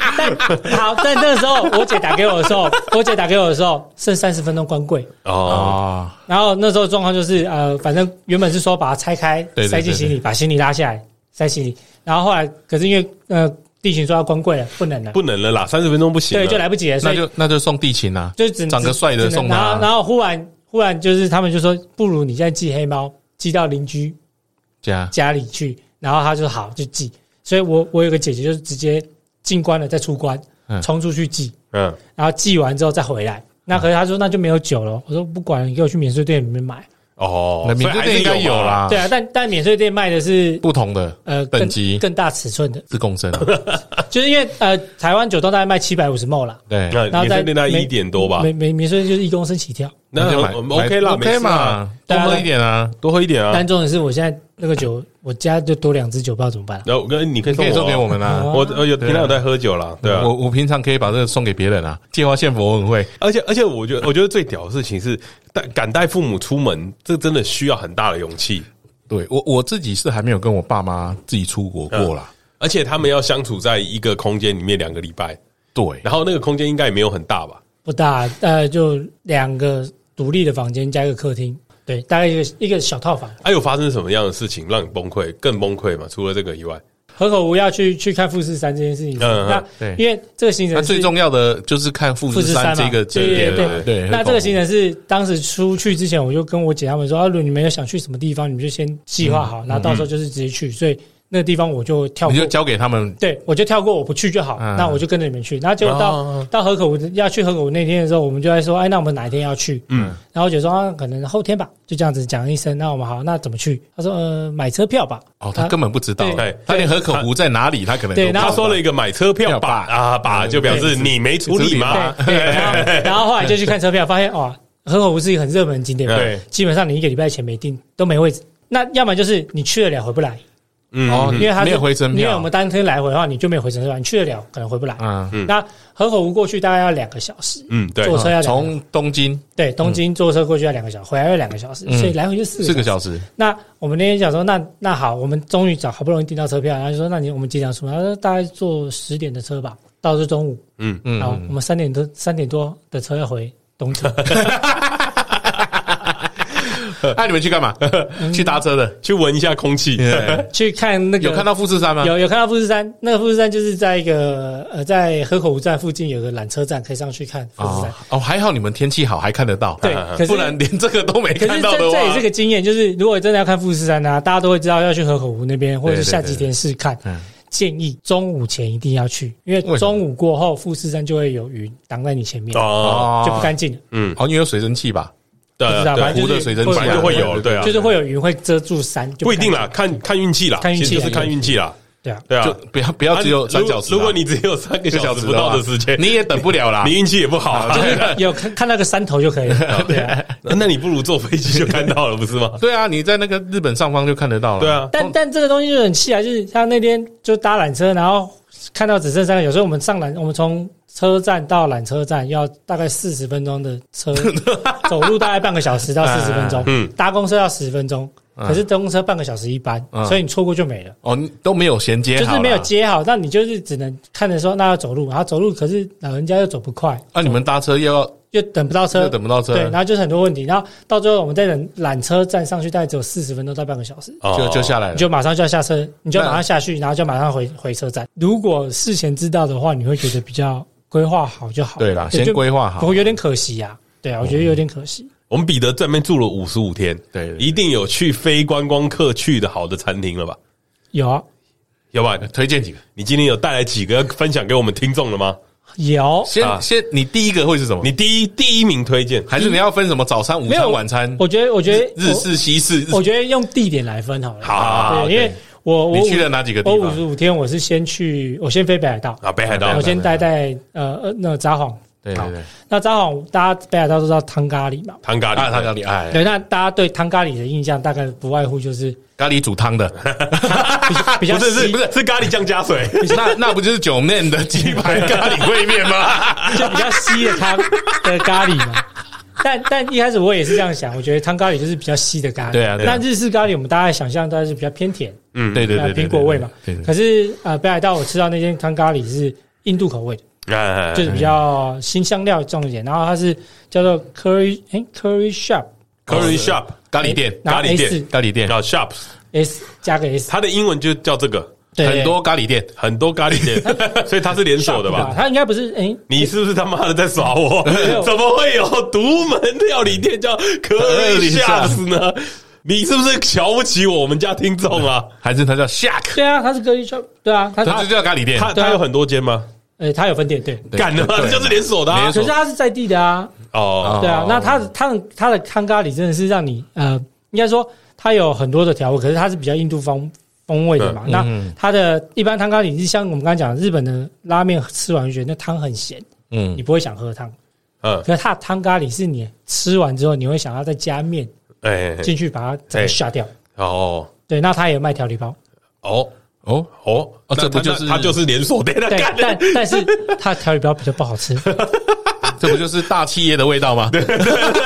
Speaker 4: 好，但那个时候我姐打给我的时候，我姐打给我的时候剩三十分钟关柜，
Speaker 2: 哦，
Speaker 3: 啊，
Speaker 4: 然后那时候状况就是呃，反正原本是说把它拆开
Speaker 3: 对对
Speaker 4: 塞进行李，把行李拉下来塞行李，然后后来可是因为呃地勤说要关柜了，不能了，
Speaker 2: 不能了啦，三十分钟不行了，
Speaker 4: 对，就来不及
Speaker 2: 哎
Speaker 4: 了，所
Speaker 3: 那
Speaker 4: 以
Speaker 3: 就那就送地勤啊，
Speaker 4: 就只能
Speaker 3: 长得帅的
Speaker 4: 只能
Speaker 3: 送他
Speaker 4: 然后然后忽然忽然就是他们就说，不如你现在寄黑猫寄到邻居
Speaker 3: 家
Speaker 4: 家里去，然后他就好就寄，所以我我有个姐姐就是直接进关了再出关
Speaker 3: 嗯，
Speaker 4: 冲出去寄，
Speaker 2: 嗯，
Speaker 4: 然后寄完之后再回来。那可是他说那就没有酒了，我说不管了，你给我去免税店里面买。
Speaker 2: 哦，
Speaker 3: 那免
Speaker 2: 所以
Speaker 3: 税
Speaker 2: 还是
Speaker 3: 店应该有
Speaker 2: 嘛，
Speaker 3: 啦，
Speaker 4: 对啊，但但免税店卖的是
Speaker 3: 不同的
Speaker 4: 呃
Speaker 3: 等
Speaker 4: 更
Speaker 3: 级
Speaker 4: 更大尺寸的，
Speaker 3: 是 共生，
Speaker 4: 就是因为呃台湾酒都大概卖七百五十 ml 啦，
Speaker 3: 对，
Speaker 2: 那
Speaker 4: 然后
Speaker 2: 呃免税嗯
Speaker 4: 再
Speaker 2: 店大概
Speaker 4: 每
Speaker 2: 一点多吧，
Speaker 4: 免免免税店就是一公升起跳。
Speaker 2: 那
Speaker 3: 就买
Speaker 2: 嗯
Speaker 3: 买
Speaker 2: OK 啦没
Speaker 3: ，OK
Speaker 2: 事啊
Speaker 3: 嘛，多喝一点啊，
Speaker 2: 多喝一点啊
Speaker 4: 但。重点是我现在那个酒，我家就多两支酒，不知道怎么办、啊。
Speaker 2: 然后我跟你可以
Speaker 3: 你可以
Speaker 2: 送
Speaker 3: 送给我
Speaker 2: 啊，
Speaker 3: 们啊。
Speaker 2: 我呃有平常有在喝酒啦，对啊
Speaker 3: 我。我平常可以把这个送给别人啊，借花献佛我很会，
Speaker 2: 而且而且，我觉得我觉得最屌的事情是带敢带父母出门，这真的需要很大的勇气。
Speaker 3: 对我我自己是还没有跟我爸妈自己出国过啦，
Speaker 2: 而且他们要相处在一个空间里面两个礼拜，
Speaker 3: 对，
Speaker 2: 然后那个空间应该也没有很大吧？
Speaker 4: 不大，呃，就两个独立的房间加一个客厅，对，大概一个一个小套房。
Speaker 2: 还、有哎发生什么样的事情让你崩溃？更崩溃嘛？除了这个以外，
Speaker 4: 河口无要去去看富士山这件事情，
Speaker 2: 嗯
Speaker 4: 那
Speaker 3: 对
Speaker 4: 因为这个行
Speaker 3: 那
Speaker 4: 程
Speaker 3: 最
Speaker 4: 是
Speaker 3: 重要的就是看富
Speaker 4: 富
Speaker 3: 士
Speaker 4: 士
Speaker 3: 山
Speaker 4: 山
Speaker 3: 这
Speaker 4: 嘛，
Speaker 3: 个景点，
Speaker 4: 对
Speaker 2: 对
Speaker 4: 对
Speaker 3: 对。
Speaker 4: 那这个行
Speaker 3: 程
Speaker 4: 程是当时出去之前，我就跟我姐他们说，啊，如果你们有想去什么地方，你们就先计划好，然后到时候就是直接去。所以那个地方我就跳
Speaker 3: 你
Speaker 4: 过
Speaker 3: 就，交给他们，
Speaker 4: 对，我就跳过，我不去就好。
Speaker 3: 嗯
Speaker 4: 那我就跟着你们去。然后结果到、
Speaker 2: 哦
Speaker 4: 到河口湖要去河口湖那天的时候，我们就在说，哎，那我们哪一天要去？
Speaker 2: 嗯
Speaker 4: 嗯，然后我姐说、啊，可能后天吧，就这样子讲一声。那我们好，那怎么去？她说，呃，买车票吧。
Speaker 3: 哦，他根本不知道
Speaker 2: 啊对，
Speaker 3: 他连河口湖在哪里，他可能
Speaker 4: 对
Speaker 3: 都
Speaker 4: 然
Speaker 2: 他
Speaker 4: 后
Speaker 2: 说了一个买车票吧
Speaker 3: 票吧
Speaker 2: 啊吧，就表示你没处理吗？
Speaker 4: 嗯
Speaker 2: 嗯
Speaker 4: 对对，然后然后后来就去看车票，发现哦，河口湖是一个很热门的景点，
Speaker 2: 对
Speaker 4: 基本上你一个礼拜前没订都没位置。那要么就是你去得了回不来，
Speaker 2: 嗯，
Speaker 3: 哦
Speaker 2: 嗯
Speaker 4: 因为它是
Speaker 3: 没有回程票
Speaker 4: 因为我们单天来回的话，你就没有回程票，你去得了可能回不来。
Speaker 3: 嗯，
Speaker 2: 嗯
Speaker 4: 那河口湖过去大概要两个小时，
Speaker 2: 嗯，对，
Speaker 4: 坐车要两个
Speaker 3: 从东京
Speaker 4: 对，东京坐车过去要两个小时，回来要两个小时，
Speaker 3: 嗯
Speaker 4: 所以来回就四
Speaker 3: 四个
Speaker 4: 时。
Speaker 3: 小时，
Speaker 4: 那我们那天想说，那那好，我们终于找好不容易订到车票，然后就说，那你我们几点出门？他说大概坐十点的车吧，到是中午，
Speaker 2: 嗯，
Speaker 3: 嗯
Speaker 4: 然后我们三点多三点多的车要回东京，
Speaker 3: 那、你们去干嘛？去搭车的，
Speaker 2: 去闻一下空气，
Speaker 4: 去看那个
Speaker 3: 有看到富士山吗？
Speaker 4: 有有看到富士山，那个富士山就是在一个呃，在河口湖站附近有个缆车站，可以上去看富士山
Speaker 3: 哦。哦，还好你们天气好，还看得到， 啊
Speaker 4: 对，可是
Speaker 3: 不然连这个都没
Speaker 4: 可
Speaker 3: 看
Speaker 4: 是
Speaker 3: 到的
Speaker 4: 这
Speaker 3: 话
Speaker 4: 这，也是个经验，就是如果真的要看富士山啊，大家都会知道要去河口湖那边，或者是
Speaker 3: 对对
Speaker 4: 下吉田市看。
Speaker 3: 嗯
Speaker 4: 建议中午前一定要去，因为
Speaker 3: 为什么
Speaker 4: 中午过后富士山就会有云挡在你前面，
Speaker 2: 哦，
Speaker 4: 就不干净了。
Speaker 2: 嗯，
Speaker 3: 哦，因为有水蒸气吧？
Speaker 2: 对啊
Speaker 4: 不知道
Speaker 2: 对
Speaker 4: 反正
Speaker 3: 湖的水蒸气
Speaker 2: 反正就会有，对啊，
Speaker 4: 就是会有云会遮住山，就
Speaker 2: 不一
Speaker 4: 干
Speaker 2: 定
Speaker 4: 净
Speaker 2: 啦，。看看运气啦，
Speaker 4: 看运气
Speaker 2: 其实就是
Speaker 4: 看
Speaker 2: 看运气啦，
Speaker 4: 对啊，
Speaker 2: 对啊
Speaker 3: 就，不要不要只有
Speaker 2: 啊
Speaker 3: 三小时啊、
Speaker 2: 如如果你只有三个
Speaker 3: 一个
Speaker 2: 小
Speaker 3: 小
Speaker 2: 时
Speaker 3: 时
Speaker 2: 不到的时间，
Speaker 3: 你也等不了 啦。
Speaker 2: 你运气也不好啊，
Speaker 4: 就是有看看那个山头就可以了。对啊，
Speaker 2: 那你不如坐飞机就看到了，不是吗？
Speaker 3: 对啊，你在那个日本上方就看得到 了。
Speaker 2: 对 啊，
Speaker 4: 但但这个东西就很气啊，就是他那天就搭缆车，然后看到只剩三个，有时候我们上缆，我们从车站到缆车站要大概四十分钟的 车，走路大概半个小时
Speaker 3: 啊
Speaker 4: 到四十分钟，
Speaker 2: 嗯
Speaker 4: 搭公车要十分钟，
Speaker 3: 嗯
Speaker 4: 可是公车半个小时一班，
Speaker 3: 嗯
Speaker 4: 所以你错过就没了。
Speaker 3: 哦，你都没有衔接
Speaker 4: 就
Speaker 3: 好啦，
Speaker 4: 是没有接好，那你就是只能看着说那要走路，然后走路可是老人家又走不快，
Speaker 3: 啊！你们搭车又要
Speaker 4: 又等不到车
Speaker 3: 又，等不到车，
Speaker 4: 对，然后就是很多问题，然后到最后我们在等缆车站上去，大概只有四十分钟到半个小时，
Speaker 3: 就就下
Speaker 2: 来，
Speaker 3: 来
Speaker 4: 你
Speaker 3: 了。
Speaker 4: 就马上就要下车，你就
Speaker 3: 那
Speaker 4: 马上下去，然后就马上回回车站。如果事前知道的话，你会觉得比较规划好就好。
Speaker 3: 对啦，
Speaker 4: 就
Speaker 3: 先规划
Speaker 4: 不
Speaker 3: 好哦
Speaker 4: 过。有点可惜呀、对啊，我觉得有点可惜。
Speaker 2: 我们彼得这边住了五十五天，
Speaker 3: 对对对
Speaker 2: 一定有去非观光客去的好的餐厅了吧？
Speaker 4: 有啊，
Speaker 2: 要不然
Speaker 3: 推荐几个，
Speaker 2: 你今天有带来几个分享给我们听众了吗？
Speaker 4: 有，
Speaker 2: 啊
Speaker 3: 先先你第一个会是什么？
Speaker 2: 你第一第一名推荐，
Speaker 3: 还是你要分什么早餐、午
Speaker 4: 没有
Speaker 3: 餐、晚餐？
Speaker 4: 我觉得，我觉得
Speaker 3: 日式、西式，日
Speaker 4: 我，我觉得用地点来分好了。
Speaker 2: 好好好
Speaker 4: 对，因为我我
Speaker 3: 你去了哪几个地
Speaker 4: 我
Speaker 3: 方
Speaker 4: 五十五天，我是先去，我先飞北海道，
Speaker 2: 啊，北海道
Speaker 4: 我
Speaker 3: 了
Speaker 4: 先待在呃呃那个札幌。
Speaker 3: 对对对，
Speaker 4: 那札幌，大家北海道都知道汤咖喱嘛？
Speaker 2: 汤咖
Speaker 3: 啊，
Speaker 2: 喱，
Speaker 3: 他咖喱，哎，
Speaker 4: 对，那大家对汤咖喱的印象大概不外乎就是
Speaker 3: 咖喱煮汤的，
Speaker 4: 比较比较
Speaker 2: 不是是
Speaker 4: 稀
Speaker 2: 不 是是咖喱酱加水，
Speaker 3: 那那不就是九面的鸡排咖喱烩面 吗？
Speaker 4: 就比较稀的汤的咖喱嘛。但但一开始我也是这样想，我觉得汤咖喱就是比较稀的咖喱。
Speaker 3: 对啊对啊
Speaker 4: 那日式咖喱我们大概想象大概是比较偏甜，
Speaker 2: 嗯，
Speaker 3: 对对
Speaker 4: 呃
Speaker 3: 对，对
Speaker 4: 苹果味嘛。
Speaker 3: 对对对
Speaker 4: 可是呃，北海道我吃到那间汤咖喱是印度口味的，
Speaker 2: 哎，
Speaker 3: 嗯
Speaker 4: 就是比较新香料重一点，然后它是叫做 curry 哎 curry shop，
Speaker 2: curry shop
Speaker 3: 咖喱店，
Speaker 4: 哎然后
Speaker 2: 咖喱
Speaker 4: S
Speaker 2: 店
Speaker 3: 咖喱店，
Speaker 2: 叫 shop，
Speaker 4: S 加个 S，
Speaker 2: 它的英文就叫这个，
Speaker 4: 对
Speaker 3: 很多咖喱店，
Speaker 2: 很多咖喱 店，所以它是连锁的吧？
Speaker 4: 它应该不是哎。
Speaker 2: 你是不是他妈的在耍我
Speaker 4: 有？
Speaker 2: 怎么会有独门料理店叫可
Speaker 3: Curry
Speaker 2: 以
Speaker 3: Shops
Speaker 2: 吓死呢？你是不是瞧不起我们家听众啊？
Speaker 3: 还是它叫 Shack，
Speaker 4: 对啊，它是隔离圈，对啊，它
Speaker 3: 它哦
Speaker 4: 它
Speaker 3: 就叫咖喱店。
Speaker 2: 他
Speaker 4: 对啊
Speaker 2: 他有很多间吗？
Speaker 4: 呃，它有分店，对，
Speaker 3: 对啊
Speaker 2: 干的嘛，
Speaker 3: 对
Speaker 2: 就是连锁的啊
Speaker 3: 连
Speaker 4: 可
Speaker 3: 锁
Speaker 4: 是它是在地的啊，
Speaker 2: 哦。
Speaker 4: 对啊，那它的它的它的康咖喱真的是让你呃，应该说它有很多的调味，可是它是比较印度风风味的嘛。那
Speaker 3: 嗯
Speaker 4: 它的一般汤咖喱，是像我们刚刚讲的日本的拉面，吃完就觉得那汤很咸，
Speaker 3: 嗯
Speaker 4: 你不会想喝汤。
Speaker 3: 啊
Speaker 2: 嗯，
Speaker 4: 可是它的汤咖喱是你吃完之后，你会想要再加面
Speaker 2: 哎，
Speaker 4: 进去把它整个下掉。
Speaker 2: 哦
Speaker 4: 对，那它也有卖调理包，
Speaker 2: 哦
Speaker 3: 哦，
Speaker 2: 哦，那
Speaker 3: 哦这不
Speaker 2: 他
Speaker 3: 就是
Speaker 2: 他就是连锁店的
Speaker 4: 对，
Speaker 2: 干
Speaker 4: 但
Speaker 2: 的？
Speaker 4: 但是它的调理包比较不好吃。
Speaker 3: 这不就是大企业的味道吗？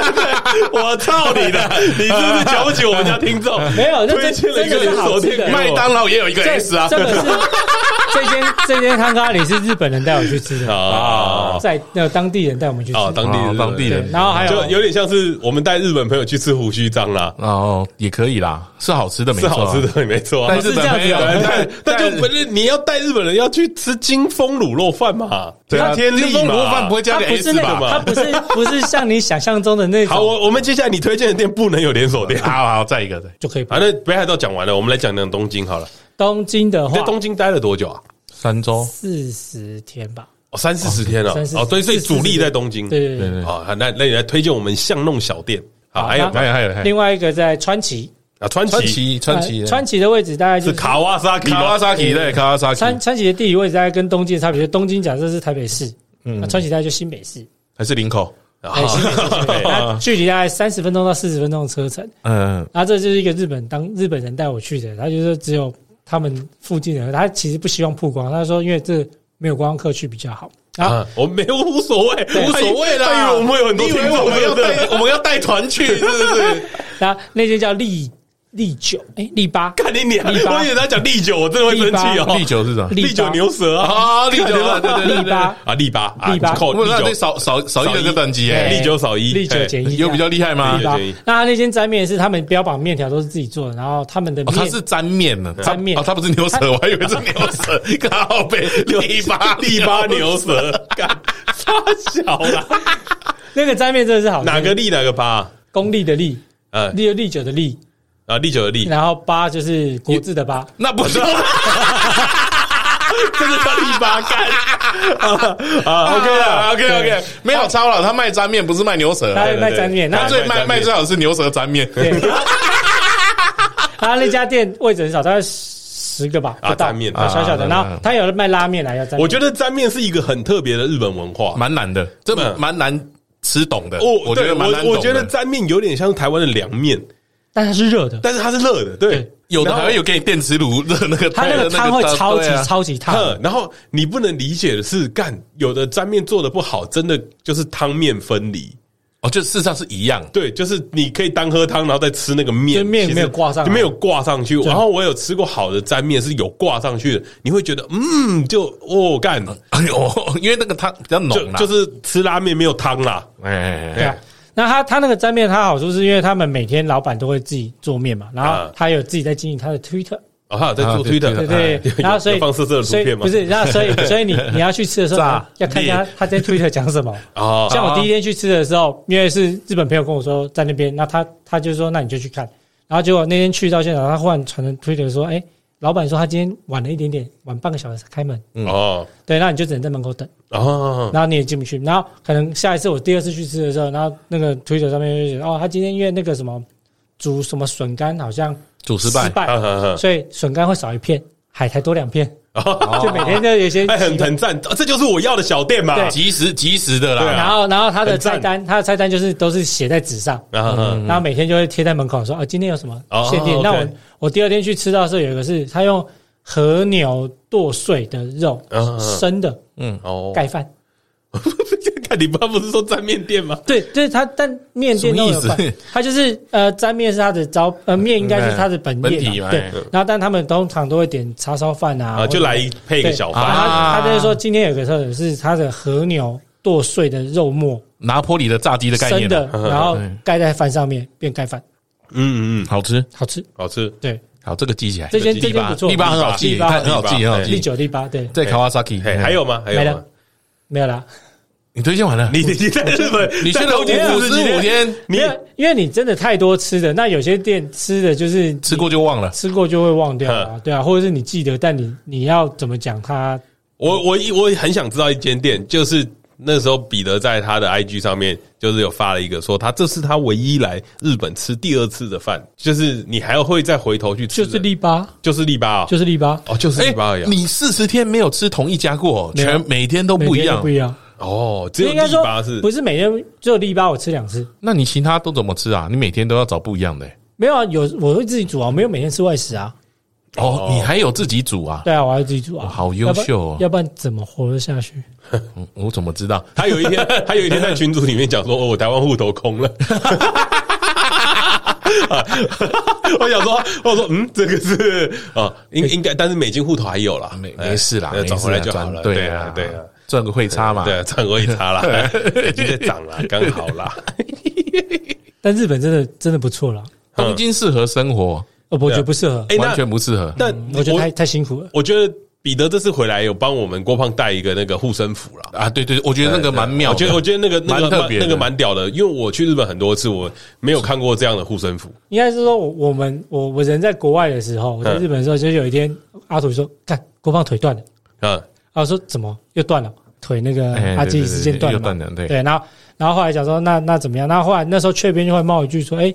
Speaker 2: 我操你 的！你是不是瞧不起我们家听众？
Speaker 4: 没有那
Speaker 2: 推
Speaker 4: 真
Speaker 2: 荐了一个
Speaker 4: 真的
Speaker 2: 连
Speaker 4: 是
Speaker 2: 锁
Speaker 4: 好吃
Speaker 2: 店
Speaker 4: 的
Speaker 2: 给我
Speaker 3: 麦当劳也有一个
Speaker 4: 这
Speaker 3: S 啊，
Speaker 4: 这个是这间这间汤咖喱是日本人带我去吃的，
Speaker 2: 啊
Speaker 4: 在那个当地人带我们去吃。
Speaker 2: 啊，当地
Speaker 3: 哦
Speaker 2: 人
Speaker 3: 当地
Speaker 4: 对
Speaker 3: 人，哎
Speaker 4: 然后还
Speaker 2: 就
Speaker 4: 有
Speaker 2: 有点像是我们带日本朋友去吃胡须章啦，
Speaker 3: 哦，也可以啦，是好吃的，没
Speaker 2: 是
Speaker 3: 错啊，
Speaker 2: 好吃的，没错啊。
Speaker 3: 但日本没有，
Speaker 2: 对
Speaker 3: 但
Speaker 2: 但但就不是你要带日本人要去吃金丰卤肉饭嘛？
Speaker 3: 对啊，
Speaker 2: 天
Speaker 3: 金
Speaker 2: 利
Speaker 3: 丰
Speaker 2: 嘛
Speaker 3: 卤肉饭不会加
Speaker 4: 它
Speaker 3: 个
Speaker 4: 不是
Speaker 3: S
Speaker 4: 那
Speaker 3: 吧
Speaker 4: 个，？它不是不是像你想象中的那
Speaker 2: 好，
Speaker 4: 种，
Speaker 2: 我我们接下来你推荐的店不能有连锁店。
Speaker 3: 好好，再一个，对，
Speaker 4: 就可以不
Speaker 2: 反正北海道讲完了，我们来讲讲东京好了。
Speaker 4: 东京的
Speaker 2: 你在
Speaker 4: 话，
Speaker 2: 东京待了多久啊？
Speaker 3: 三周，
Speaker 4: 四十天吧，
Speaker 2: 哦，三四十天了
Speaker 4: 三四。十
Speaker 2: 哦，对，所以
Speaker 4: 四十
Speaker 2: 主力在东京。
Speaker 4: 对对
Speaker 3: 对对，
Speaker 4: 对。
Speaker 2: 哦，那那你来推荐我们巷弄小店。好，
Speaker 4: 好
Speaker 2: 还有
Speaker 4: 那
Speaker 3: 还有还有还有
Speaker 4: 另外一个在川崎，
Speaker 2: 啊，哎川
Speaker 3: 川
Speaker 2: 崎
Speaker 3: 崎哦川崎哎
Speaker 4: 呃川崎的位置大概就是是
Speaker 2: 卡瓦萨
Speaker 3: 卡瓦萨奇对卡瓦萨奇，
Speaker 4: 川川崎的地理位置大概跟东京的差别，就是东京假设是台北市，那川崎大概就新北市，
Speaker 3: 还是林口，
Speaker 4: 哎，新北市新北 市，
Speaker 2: 啊，
Speaker 4: 那距离大概三十分钟到四十分钟的车程。
Speaker 3: 嗯，
Speaker 4: 然后这就是一个日本当日本人带我去的，他就是只有他们附近的人，他其实不希望曝光，他说因为这没有观光客去比较好。然后
Speaker 2: 啊，我没有无所谓，
Speaker 3: 无所谓啦，
Speaker 2: 他以为我们有很多
Speaker 3: 你以
Speaker 2: 听
Speaker 3: 为
Speaker 2: 众，啊
Speaker 3: 我们
Speaker 2: 对不
Speaker 3: 要
Speaker 2: 对
Speaker 3: 带我们要带团去，是不是？
Speaker 4: 那那间叫利利九，哎，利八，
Speaker 2: 看你脸，
Speaker 4: 立八
Speaker 2: 我以为他讲利酒，我真的会生气哦。
Speaker 3: 利酒是什么？
Speaker 4: 立
Speaker 2: 利酒牛舌啊，
Speaker 3: 啊，利酒，对对对
Speaker 4: 利
Speaker 3: 对。
Speaker 4: 八，
Speaker 2: 啊，利八，
Speaker 4: 立八
Speaker 2: 扣
Speaker 3: 我
Speaker 2: 利
Speaker 3: 那
Speaker 2: 酒
Speaker 3: 这少少少一了个等级
Speaker 4: 哎
Speaker 3: 哎，
Speaker 2: 利酒少一，
Speaker 4: 利九减一，
Speaker 3: 有比较厉害吗
Speaker 4: 利？八
Speaker 2: 有减一。
Speaker 4: 啊那他那间沾面是他们标榜面条都是自己做的，然后他们的
Speaker 3: 哦，它
Speaker 4: 面
Speaker 3: 是沾面呢，
Speaker 4: 沾面
Speaker 3: 哦，它不是牛舌，我还以为是牛舌， 靠背利八
Speaker 2: 利八牛舌， 干差小啦，
Speaker 4: 那个沾面真的是好吃，
Speaker 2: 哪个利哪个八？
Speaker 4: 公立的立，
Speaker 2: 呃
Speaker 4: 利利九的利，
Speaker 2: 啊，利九的利，
Speaker 4: 然后八就是国字的八，
Speaker 3: 那不是
Speaker 2: 这个叫利 八干啊啊，OK 了，
Speaker 3: 啊，OK OK，没有超了，他卖沾面不是卖牛舌，
Speaker 4: 他卖
Speaker 2: 对对
Speaker 4: 沾面，
Speaker 3: 他
Speaker 4: 那
Speaker 3: 最卖卖最好是牛舌沾面，
Speaker 4: 对， 他那家店位置很少，大概十个吧，
Speaker 2: 啊
Speaker 4: 不到
Speaker 2: 蘸面
Speaker 4: 啊，小小的。
Speaker 3: 啊
Speaker 4: 然后他有卖拉面来，要蘸面。
Speaker 2: 我觉得沾面是一个很特别的日本文化。
Speaker 3: 蛮难的，这蛮难吃懂的，
Speaker 2: 我
Speaker 3: 我觉
Speaker 2: 哦对
Speaker 3: 得蛮难懂
Speaker 2: 我
Speaker 3: 的。
Speaker 2: 我觉得沾面有点像台湾的凉面，
Speaker 4: 但它是热的，
Speaker 2: 但是它是热的，对
Speaker 4: 对，
Speaker 3: 有的
Speaker 2: 然后
Speaker 3: 还会有给你电磁炉热那个，啊
Speaker 4: 它那个汤会超级超级烫。
Speaker 2: 哼，然后你不能理解的是，干有的沾面做的不好，真的就是汤面分离。
Speaker 3: 哦，就事实上是一样，
Speaker 2: 对，就是你可以单喝汤，然后再吃那个
Speaker 4: 就
Speaker 2: 面，
Speaker 4: 面
Speaker 2: 其实
Speaker 4: 没有挂上来
Speaker 2: 就没有挂上去。然后我有吃过好的沾面是有挂上去的，你会觉得嗯，就哦干，
Speaker 3: 哎呦，因为那个汤比较浓
Speaker 2: 就
Speaker 3: 啦，
Speaker 2: 就是吃拉面没有汤啦。
Speaker 3: 哎
Speaker 4: 对啊，那他他那个沾面，它好处是因为他们每天老板都会自己做面嘛，然后
Speaker 2: 啊
Speaker 4: 他有自己在经营他的 Twitter，
Speaker 2: 哦，他有在做
Speaker 3: 啊对
Speaker 2: 推特，
Speaker 3: 对
Speaker 4: 对对
Speaker 2: 哎有，
Speaker 4: 然后所以
Speaker 2: 有放色色的图
Speaker 4: 所以
Speaker 2: 片吗
Speaker 4: 不是，然 后所以所以你你要去吃的时候
Speaker 3: 炸
Speaker 4: 要看一下
Speaker 3: 裂
Speaker 4: 他在 Twitter 讲什么。
Speaker 2: 哦，
Speaker 4: 像我第一天去吃的时候，因为是日本朋友跟我说在那边，那他他就说那你就去看，然后结果那天去到现场，他忽然传了推特说，哎、老板说他今天晚了一点点，晚半个小时才开门，
Speaker 2: 哦
Speaker 4: 对，那你就只能在门口等，
Speaker 2: 哦
Speaker 4: 然后你也进不去，然后可能下一次我第二次去吃的时候，然后那个推特上面就写哦，他今天因为那个什么煮什么笋干好像
Speaker 3: 主
Speaker 4: 失
Speaker 3: 失败，
Speaker 2: 啊啊
Speaker 4: 所以笋干会少一片，海苔多两片，
Speaker 2: 啊！
Speaker 4: 就每天都有一些
Speaker 2: 哎，很
Speaker 4: 奇怪
Speaker 2: 很赞，啊这就是我要的小店嘛。
Speaker 4: 对
Speaker 3: 及时及时的
Speaker 2: 对 啊
Speaker 3: 啦，
Speaker 4: 然后，然后他的
Speaker 2: 很赞
Speaker 4: 菜单，他的菜单就是都是写在纸上，
Speaker 2: 啊嗯
Speaker 4: 然后每天就会贴在门口说啊，今天有什么
Speaker 2: 哦
Speaker 4: 限定？
Speaker 2: OK
Speaker 4: 那我我第二天去吃到的时候，有一个是他用和牛剁碎的肉
Speaker 2: 嗯嗯
Speaker 4: 生的
Speaker 2: 哦，
Speaker 4: 盖饭，
Speaker 2: 看你爸不是说沾面店吗？
Speaker 4: 对，就是他但面店
Speaker 3: 什
Speaker 4: 都
Speaker 3: 么
Speaker 4: 有
Speaker 3: 意思
Speaker 4: 饭，他就是呃沾面是他的招呃
Speaker 2: 嗯
Speaker 4: 面应该是他的本
Speaker 3: 本
Speaker 4: 业
Speaker 3: 体
Speaker 4: 嘛
Speaker 3: 嘛
Speaker 4: 对
Speaker 3: 哎，
Speaker 4: 然后但他们通常都会点叉烧饭啊，
Speaker 2: 啊，就来配一个小
Speaker 4: 对
Speaker 2: 饭
Speaker 4: 然后
Speaker 3: 啊
Speaker 4: 他他就是说今天有个特点是他的和牛剁碎的肉末
Speaker 3: 拿坡里的炸鸡的概
Speaker 4: 生
Speaker 3: 念，
Speaker 4: 的，然后
Speaker 3: 嗯
Speaker 4: 盖在饭上面变盖饭，
Speaker 2: 嗯嗯，嗯
Speaker 3: 好吃，
Speaker 4: 好吃。
Speaker 2: 好吃。
Speaker 4: 对，
Speaker 3: 好，这个记起来，
Speaker 4: 这间
Speaker 3: 个
Speaker 4: 这间不错
Speaker 3: 第八很好记，
Speaker 4: 第八
Speaker 3: 它很好记，很好
Speaker 2: 第
Speaker 4: 第
Speaker 3: 记，
Speaker 4: 九、第八，对，
Speaker 3: 嗯
Speaker 2: 哎
Speaker 3: 在 Kawasaki，
Speaker 2: 嘿，还有吗？还有
Speaker 4: 没
Speaker 2: 吗
Speaker 4: 了？没有啦。
Speaker 3: 你推荐完了，
Speaker 2: 你你在日本，
Speaker 3: 你去
Speaker 2: 在
Speaker 3: 了
Speaker 2: 东京
Speaker 4: 我
Speaker 2: 住
Speaker 3: 五十
Speaker 2: 十几
Speaker 3: 五
Speaker 2: 天，
Speaker 3: 天，
Speaker 2: 你
Speaker 4: 因为因为你真的太多吃的，那有些店吃的就是
Speaker 3: 吃过就忘了。
Speaker 4: 吃过就会忘掉
Speaker 3: 嗯
Speaker 4: 啊，对啊，或者是你记得，但你你要怎么讲它？
Speaker 2: 我我一我很想知道一间店，就是那时候彼得在他的 IG 上面就是有发了一个说，他这是他唯一来日本吃第二次的饭，就是你还会再回头去吃
Speaker 4: 就
Speaker 2: 的，
Speaker 4: 是利巴，
Speaker 2: 就是利巴、哦，
Speaker 4: 就是利巴，
Speaker 2: 哦，就是利巴而已啊、
Speaker 3: 哎你四十天没有吃同一家过，
Speaker 4: 没有
Speaker 3: 全每天都不一
Speaker 4: 每天
Speaker 3: 样
Speaker 4: 都不。一样。
Speaker 2: 哦，只有
Speaker 4: 应该
Speaker 2: 利
Speaker 4: 说
Speaker 2: 巴是
Speaker 4: 不是每天只有利巴我吃两次？
Speaker 3: 那你其他都怎么吃啊？你每天都要找不一样的欸。
Speaker 4: 没有啊，有我会自己煮啊，我没有每天吃外食啊。
Speaker 3: 哦，你还有自己煮啊？
Speaker 4: 对啊，我要自己煮啊。
Speaker 3: 哇好优秀哦
Speaker 4: 要不然要不然怎么活得下去？
Speaker 3: 嗯我怎么知道？
Speaker 2: 他有一天， 他有一天在群组里面讲说：“哦，我台湾户头空了。” 啊我想说，我说，嗯，这个是啊，应应该，但是美金户头还有啦，
Speaker 3: 没
Speaker 2: 哎
Speaker 3: 没事啦，
Speaker 2: 那转
Speaker 3: 没事
Speaker 2: 回来
Speaker 3: 啦
Speaker 2: 就
Speaker 3: 转
Speaker 2: 好了。
Speaker 3: 对
Speaker 2: 啊
Speaker 3: 啊，，
Speaker 2: 对啊，
Speaker 3: 赚个汇差嘛。
Speaker 2: 对啊，唱而已差啦， 已经在涨啦，刚好啦。
Speaker 4: 但日本真的真的不错啦，
Speaker 3: 东京适合生活，
Speaker 4: 呃，我
Speaker 3: 啊
Speaker 4: 觉得不适合，
Speaker 2: 啊哎，
Speaker 3: 完
Speaker 2: 那
Speaker 3: 全不嗯适合。
Speaker 2: 那
Speaker 4: 我觉得太
Speaker 2: 我
Speaker 4: 太辛苦了。
Speaker 2: 我觉得彼得这次回来有帮我们郭胖带一个那个护身符啦。
Speaker 3: 啊，对对，我觉得那个蛮妙
Speaker 2: 我
Speaker 3: 的。
Speaker 2: 觉得，我觉得那个那
Speaker 3: 蛮
Speaker 2: 个
Speaker 3: 特
Speaker 2: 蛮
Speaker 3: 别
Speaker 2: 那
Speaker 3: 的
Speaker 2: 个蛮屌的，因为我去日本很多次，我没有看过这样的护身符。
Speaker 4: 应该是说我，我们我我人在国外的时候，我在
Speaker 2: 嗯
Speaker 4: 日本的时候，就有一天阿土说：“干，郭胖腿断了。
Speaker 2: 嗯，”
Speaker 4: 然后说：“怎么又断了？腿那个
Speaker 3: 哎
Speaker 4: 阿
Speaker 3: 对
Speaker 4: 基里
Speaker 3: 对
Speaker 4: 斯
Speaker 3: 对
Speaker 4: 腱断
Speaker 3: 又
Speaker 4: 了
Speaker 3: 断
Speaker 4: 嘛。
Speaker 3: 了，”对，
Speaker 4: 对，然后然后后来讲说：“那那怎么样？”然后后来那时候雀边就会冒一句说：“哎，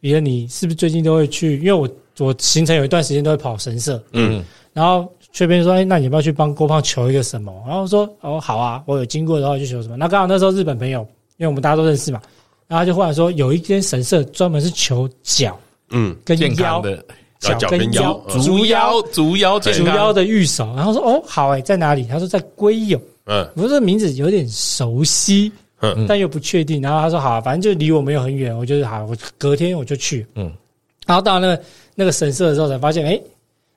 Speaker 4: 彼得，你是不是最近都会去？因为我我行程有一段时间都会跑神社，
Speaker 2: 嗯
Speaker 3: 嗯，
Speaker 4: 然后这边说：“哎，那你要不要去帮郭胖求一个什么？”然后我说：“哦，好啊，我有经过的话就求什么。”那刚好那时候日本朋友，因为我们大家都认识嘛，然后他就忽然说有一间神社专门是求脚
Speaker 2: 嗯，
Speaker 4: 跟
Speaker 3: 健康、
Speaker 4: 腰
Speaker 3: 的
Speaker 2: 啊脚
Speaker 4: 跟
Speaker 2: 跟腰嗯
Speaker 3: 足腰，足腰健
Speaker 4: 足
Speaker 3: 康
Speaker 4: 腰的玉手。然后说：“哦，好哎、在哪里？”他说：“在龟友。”
Speaker 2: 嗯
Speaker 4: 我说：“这名字有点熟悉，
Speaker 2: 嗯
Speaker 4: 但又不确定。”然后他说：“好啊、反正就离我没有很远，我就是好，我隔天我就去。”嗯
Speaker 3: 嗯，
Speaker 4: 然后到那个那个神社的时候才发现，哎，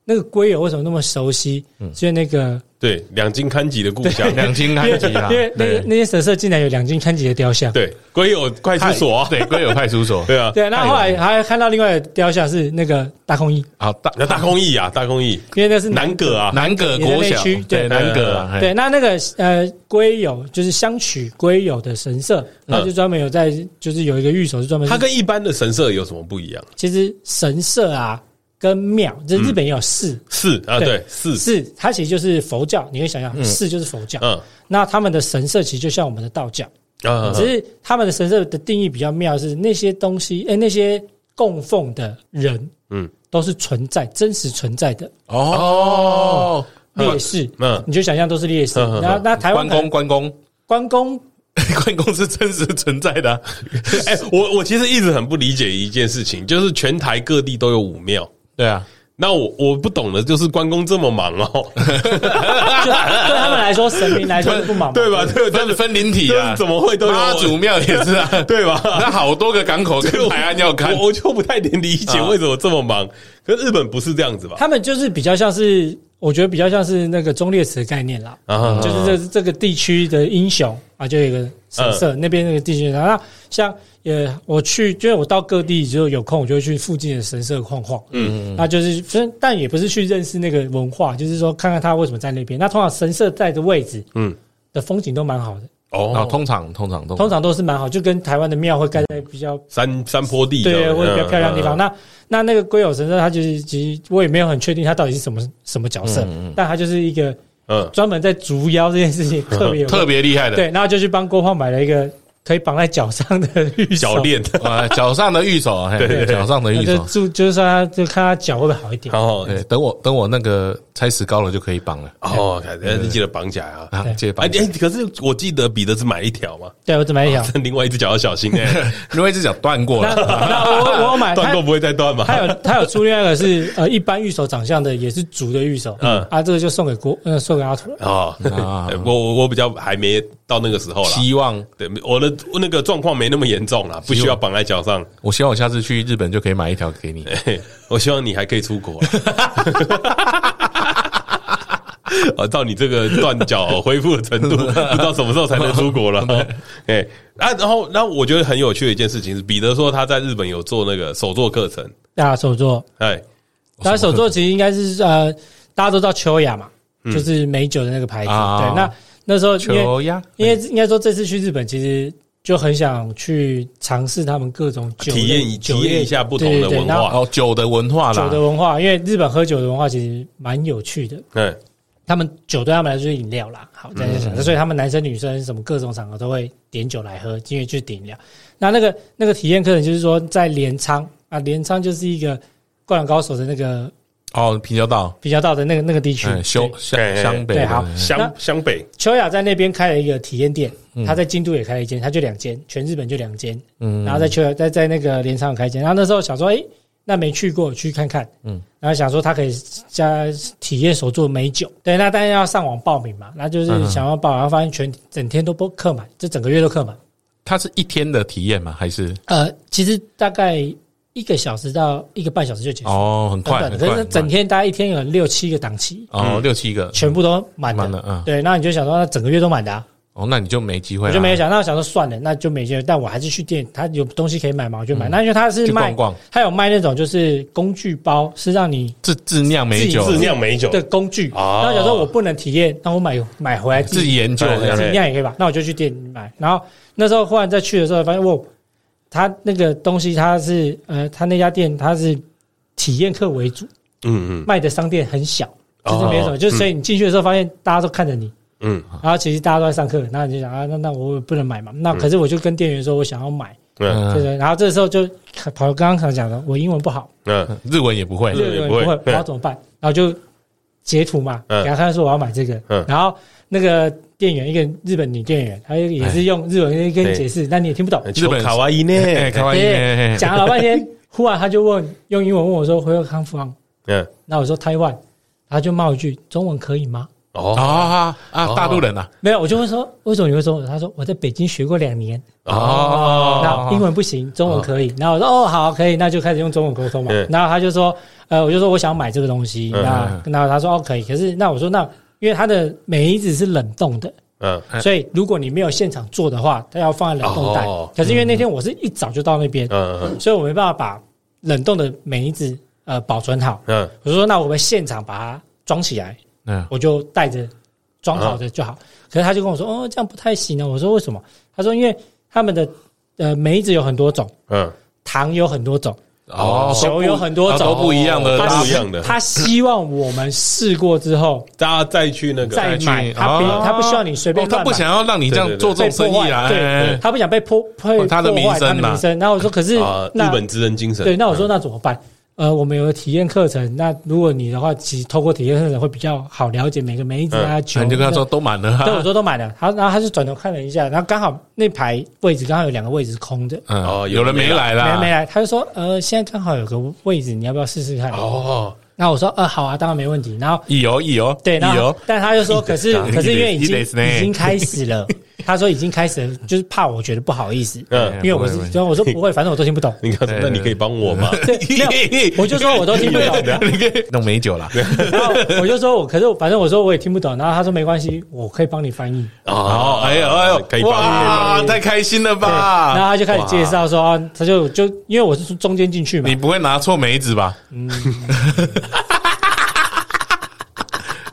Speaker 4: 那个龟友为什么那么熟悉？
Speaker 3: 嗯
Speaker 4: 是因为那个。
Speaker 2: 对，两金刊集的故乡，
Speaker 3: 两斤
Speaker 4: 因
Speaker 3: 开
Speaker 4: 为
Speaker 3: 吉啊，
Speaker 4: 因为那个
Speaker 3: 对
Speaker 4: 那些神社竟然有两金看吉的雕像。
Speaker 2: 对，鬼友派出所啊，
Speaker 3: 对龟友派出所
Speaker 2: 对啊，
Speaker 4: 对，然后后来还看到另外的雕像是那个大空翼，
Speaker 3: 好大
Speaker 2: 那大空翼啊，大空翼，
Speaker 4: 因为那是
Speaker 2: 南葛啊，
Speaker 3: 南葛国
Speaker 4: 也在
Speaker 3: 小
Speaker 4: 那区，对
Speaker 3: 对南葛啊，嘿
Speaker 4: 对，那那个呃龟友就是乡曲龟友的神社，他就专门有在就是有一个御守是专门是
Speaker 2: 它跟一般的神社有什么不一样？
Speaker 4: 其实神社啊跟庙，这日本也有寺
Speaker 2: 是啊，
Speaker 4: 对
Speaker 2: 对，是，
Speaker 4: 寺，它其实就是佛教，你可以想象寺就是佛教，
Speaker 2: 嗯
Speaker 4: 那他们的神社其实就像我们的道教。
Speaker 2: 啊
Speaker 4: 只是他们的神社的定义比较妙，是那些东西，哎、那些供奉的人，嗯
Speaker 2: 嗯，
Speaker 4: 都是存在真实存在的
Speaker 3: 哦，
Speaker 4: 烈士，
Speaker 2: 嗯
Speaker 4: 你就想象都是烈士。
Speaker 2: 嗯嗯嗯
Speaker 4: 然后那台湾
Speaker 3: 关
Speaker 4: 可
Speaker 3: 公
Speaker 4: 能
Speaker 3: 关公
Speaker 4: 关公，
Speaker 3: 关公是真实存在的啊，
Speaker 2: 哎、我我其实一直很不理解一件事情，就是全台各地都有武庙。
Speaker 3: 对啊，
Speaker 2: 那我我不懂的就是关公这么忙哦，
Speaker 4: 就对他们来说，神明来说是不忙嘛，
Speaker 2: 对吧？对，
Speaker 3: 分分灵体
Speaker 2: 这
Speaker 3: 啊，
Speaker 2: 是怎么会都有
Speaker 3: 妈祖庙也是啊，
Speaker 2: 对吧？
Speaker 3: 那好多个港口
Speaker 2: 这
Speaker 3: 跟
Speaker 2: 我
Speaker 3: 海岸要看
Speaker 2: 我，我就不太能理解为什么这么忙。可是日本不是这样子吧？
Speaker 4: 他们就是比较像是，我觉得比较像是那个忠烈祠的概念啦，
Speaker 2: 啊
Speaker 4: 就是这这个地区的英雄啊，就有一个
Speaker 2: 嗯
Speaker 4: 神社，那边那个地区。然后像呃，我去，就是我到各地就有空，我就会去附近的神社晃晃。嗯，那就是，虽然但也不是去认识那个文化，就是说看看他为什么在那边。那通常神社在的位置，嗯
Speaker 2: 嗯，
Speaker 4: 的风景都蛮好的，
Speaker 3: 然后
Speaker 2: 哦，
Speaker 3: 通常通常
Speaker 4: 通常都是蛮好，就跟台湾的庙会盖在比较
Speaker 2: 山山坡地这
Speaker 4: 对
Speaker 2: 样
Speaker 4: 或者比较漂亮的地
Speaker 2: 嗯
Speaker 4: 方。
Speaker 2: 嗯
Speaker 4: 那那那个龟友神社，它就是其实我也没有很确定它到底是什么什么角色，但它就是一个
Speaker 2: 嗯，
Speaker 4: 专门在竹腰这件事 情特别有
Speaker 3: 特别厉害的，
Speaker 4: 对，然后就去帮郭胖买了一个可以绑在脚上的玉手
Speaker 2: 脚，链，
Speaker 3: 啊，脚上的玉手，嘿
Speaker 2: 对对对
Speaker 3: 脚上的
Speaker 4: 那
Speaker 3: 玉
Speaker 4: 就
Speaker 3: 手，
Speaker 4: 就就是说他就看他脚会不会好一点。
Speaker 2: 哦
Speaker 3: 对，等我等我那个拆石膏了就可以绑了
Speaker 2: 哦，那你记得绑起来啊！
Speaker 3: 啊，
Speaker 4: 对
Speaker 3: 接
Speaker 2: 哎
Speaker 3: 绑
Speaker 2: 哎，。可是我记得彼得只买一条嘛，
Speaker 4: 对我怎么也想，
Speaker 2: 但另外一只脚要小心 哎，
Speaker 3: 另外一只脚断过
Speaker 4: 那
Speaker 3: 了，
Speaker 4: 那我我有 买
Speaker 2: 断
Speaker 4: 他
Speaker 2: 过不会再断嘛？
Speaker 4: 他有他有出另外一个是呃一般玉手长相的，也是竹的玉手，嗯
Speaker 2: 嗯
Speaker 4: 啊这个就送给郭呃送给阿土了。
Speaker 2: 哦
Speaker 3: 啊，
Speaker 2: 我我我比较还没到那个时候啦。
Speaker 3: 希望
Speaker 2: 对，我的我那个状况没那么严重啦，不需要绑在脚上。
Speaker 3: 我希望我下次去日本就可以买一条给你。
Speaker 2: 嘿 我希望你还可以出国啦。 啊，照你这个断脚恢复的程 度，不知道什么时候才能出国了。 哎，啊，然后，然后我觉得很有趣的一件事情是，彼得说他在日本有做那个手作课程，
Speaker 4: 大家手作，
Speaker 2: 哎，
Speaker 4: 大家手
Speaker 2: 嗯
Speaker 4: 作其实应该是呃大家都知道秋雅嘛，就是美酒的那个牌子。
Speaker 3: 啊
Speaker 4: 对，那那时候因为
Speaker 3: 球呀，
Speaker 4: 因为应该说这次去日本，其实就很想去尝试他们各种酒类
Speaker 2: 体验一
Speaker 4: 酒
Speaker 2: 体
Speaker 4: 类
Speaker 2: 验一下不同的
Speaker 4: 对对对
Speaker 2: 文
Speaker 4: 那
Speaker 2: 化。
Speaker 3: 哦，酒的文化
Speaker 4: 酒
Speaker 3: 啦，
Speaker 4: 的文化，因为日本喝酒的文化其实蛮有趣的。
Speaker 2: 嗯，
Speaker 4: 他们酒对他们来说就是饮料啦，好
Speaker 3: 嗯
Speaker 4: 这样就想，所以他们男生女生什么各种场合都会点酒来喝，因为就是点饮料。那那个那个体验课程就是说在镰仓啊，镰仓就是一个《灌篮高手》的那个
Speaker 3: 哦，平交道，
Speaker 4: 比较到的那个那个地区，
Speaker 3: 嗯，
Speaker 4: 对
Speaker 3: 湘
Speaker 2: 哎
Speaker 3: 湘
Speaker 2: 哎
Speaker 3: 湘北
Speaker 4: 对
Speaker 3: 的，嗯
Speaker 4: 好
Speaker 2: 湘
Speaker 4: 那
Speaker 2: 湘北
Speaker 4: 秋雅在那边开了一个体验店，他在京都也开了一间，他就两间，全日本就两间。
Speaker 3: 嗯
Speaker 4: 然后在秋雅在在那个镰仓有开一间，然后那时候想说，哎、那没去过，去看看。嗯，然后想说他可以加体验手做美酒，对，那当然要上网报名嘛。那就是
Speaker 3: 嗯
Speaker 4: 想要报，然后发现全整天都不客满，这整个月都客满。
Speaker 3: 它是一天的体验吗？还是
Speaker 4: 呃，其实大概一个小时到一个半小时就结束，
Speaker 3: 哦，很快，
Speaker 4: 短
Speaker 3: 很
Speaker 4: 短的。
Speaker 3: 快，
Speaker 4: 可是
Speaker 3: 很
Speaker 4: 整
Speaker 3: 快
Speaker 4: 天大概一天有六七个档期，
Speaker 3: 哦，六七个
Speaker 4: 全部都满的。
Speaker 3: 满了，嗯，
Speaker 4: 对，那你就想说，那整个月都满的、啊。
Speaker 3: 哦，那你就没机会
Speaker 4: 我
Speaker 3: 了，
Speaker 4: 就没有想到，想说算了，那就没钱。但我还是去店，他有东西可以买嘛，我就买。那因为他是
Speaker 3: 去
Speaker 4: 卖
Speaker 3: 逛，逛，
Speaker 4: 他有卖那种就是工具包，是让你
Speaker 3: 自自酿美酒，
Speaker 2: 自酿美酒
Speaker 4: 的工具。
Speaker 2: 哦
Speaker 4: 然后有时候我不能体验，那我买买回来自
Speaker 3: 自
Speaker 4: 己
Speaker 3: 己研究
Speaker 2: 哎哎
Speaker 3: 这
Speaker 2: 哎
Speaker 3: 样
Speaker 4: 自己酿也可以吧。那我就去店里买。然后那时候忽然在去的时候，发现哇，他那个东西他是呃，他那家店他是体验课为主，
Speaker 2: 嗯嗯
Speaker 4: 卖的商店很小，就是没什么。
Speaker 2: 哦
Speaker 4: 就是所以你进去的时候，发现大家都看着你。
Speaker 2: 嗯
Speaker 4: 然后其实大家都在上课，那你就想啊，那那我也不能买嘛。那可是我就跟店员说我想要买，
Speaker 2: 嗯
Speaker 4: 对
Speaker 3: 嗯，
Speaker 4: 对。然后这时候就跑，刚刚想讲的，我英文不好，
Speaker 2: 嗯，
Speaker 3: 嗯日文也不会
Speaker 2: 日，文也
Speaker 4: 对
Speaker 2: 不会
Speaker 4: 对
Speaker 2: 嗯
Speaker 4: 我要怎么办？然后就截图嘛，
Speaker 2: 嗯
Speaker 4: 给他看说我要买这个
Speaker 2: 嗯。
Speaker 4: 然后那个店员，一个日本女店员，她
Speaker 2: 哎
Speaker 4: 也是用日文跟你解释，但你也听不懂，
Speaker 2: 嗯
Speaker 3: 日本
Speaker 2: 卡哇伊呢？
Speaker 3: 哎，开玩笑，哎哎
Speaker 4: 讲了老半天。忽然他就问，用英文问我说：“回到康复昂
Speaker 2: 嗯，？”
Speaker 4: 那我说：“台湾。”他就骂我一句：“中文可以吗
Speaker 3: 哦
Speaker 2: 哦
Speaker 3: 啊啊，大陆人呐，？”
Speaker 4: 没有，我就问说：“为什么你会说？”他说：“我在北京学过两年。”哦那英
Speaker 3: 哦，
Speaker 4: 文不行，中文可以。然后我说哦好，可以，那就开始用中文沟通嘛
Speaker 2: 嗯。
Speaker 4: 然后他就说，呃，我就说我想买这个东西。
Speaker 2: 嗯
Speaker 4: 那
Speaker 3: 嗯
Speaker 4: 那他说哦可以，可是那我说那因为它的梅子是冷冻的，
Speaker 2: 嗯
Speaker 3: 嗯
Speaker 4: 所以如果你没有现场做的话，它要放在冷冻袋
Speaker 2: 哦。
Speaker 4: 可是因为那天我是一早就到那边，
Speaker 2: 嗯
Speaker 4: 所以我没办法把冷冻的梅子呃保存好。
Speaker 2: 嗯
Speaker 4: 我就说那我们现场把它装起来，
Speaker 3: 嗯，
Speaker 4: 我就带着装好的就好。可是他就跟我说，哦，这样不太行啊。我说为什么？他说因为他们的呃梅子有很多种，
Speaker 2: 嗯，
Speaker 4: 糖有很多种，
Speaker 3: 哦，
Speaker 4: 酒有很多
Speaker 3: 啊都
Speaker 4: 种，
Speaker 3: 不一样的
Speaker 4: 他
Speaker 2: 都
Speaker 3: 搭
Speaker 2: 不一
Speaker 3: 配，
Speaker 2: 样的。
Speaker 4: 他希望我们试过之后
Speaker 2: 大家再去那个，
Speaker 4: 再
Speaker 3: 去
Speaker 4: 买，他不
Speaker 3: 哦
Speaker 4: 他不希望你随便
Speaker 3: 哦
Speaker 4: 乱买，
Speaker 3: 他不想要让你这
Speaker 2: 对对
Speaker 3: 样
Speaker 2: 对
Speaker 3: 做这
Speaker 4: 被
Speaker 3: 种生
Speaker 4: 破
Speaker 3: 意
Speaker 4: 坏，
Speaker 3: 啦，哎
Speaker 4: 对，
Speaker 3: 哎
Speaker 4: 他不想被破破
Speaker 3: 他的
Speaker 4: 破
Speaker 3: 名
Speaker 4: 坏
Speaker 3: 声
Speaker 4: 他的
Speaker 3: 嘛
Speaker 4: 名声。然后我说，可是
Speaker 2: 啊，日
Speaker 4: 那
Speaker 2: 本职人精神。
Speaker 4: 对，那
Speaker 3: 嗯
Speaker 4: 我说那怎么办？呃，我们有个体验课程，那如果你的话，其实透过体验课程会比较好了解每个梅子啊、酒，
Speaker 3: 嗯那你就跟他说都满了啊，
Speaker 4: 对，我说都买了。他然后他就转头看了一下，然后刚好那排位置刚好有两个位置是空的，
Speaker 3: 嗯，
Speaker 2: 哦
Speaker 3: 哦，
Speaker 2: 有
Speaker 3: 有
Speaker 2: 人
Speaker 3: 人
Speaker 2: 没
Speaker 3: 没来啦，
Speaker 4: 没没来，他就说呃，现在刚好有个位置，你要不要试试看？
Speaker 2: 哦，
Speaker 4: 那我说呃，好啊，当然没问题。然后
Speaker 3: 一游一游，
Speaker 4: 对，然
Speaker 3: 一
Speaker 4: 后
Speaker 3: 游，
Speaker 4: 但他就说，可是可是因为已经
Speaker 3: 一直呢
Speaker 4: 已经开始了， 他说已经开始了，就是怕我觉得不好意思，
Speaker 3: 呃
Speaker 2: 嗯
Speaker 4: 因为我们是
Speaker 3: 不会，不
Speaker 4: 然后我说不会，反正我都听 不懂。
Speaker 2: 你看，那你可以帮我吗？
Speaker 4: 对，没有，我就说我都听不懂，
Speaker 3: 弄美酒啦，
Speaker 4: 然后我就说我，可是我反正我说我也听不懂，然后他说没关 系，我可以帮你翻译。
Speaker 2: 哦
Speaker 3: 哦，，哎呦哎呦，
Speaker 2: 可以帮你。
Speaker 3: 哇，太开心了
Speaker 4: 对，
Speaker 3: 吧？
Speaker 4: 然后他就开始介
Speaker 3: 啊哇，
Speaker 4: 绍说，啊他就就因为我是中间进去嘛
Speaker 3: 你，不会拿错梅子吧？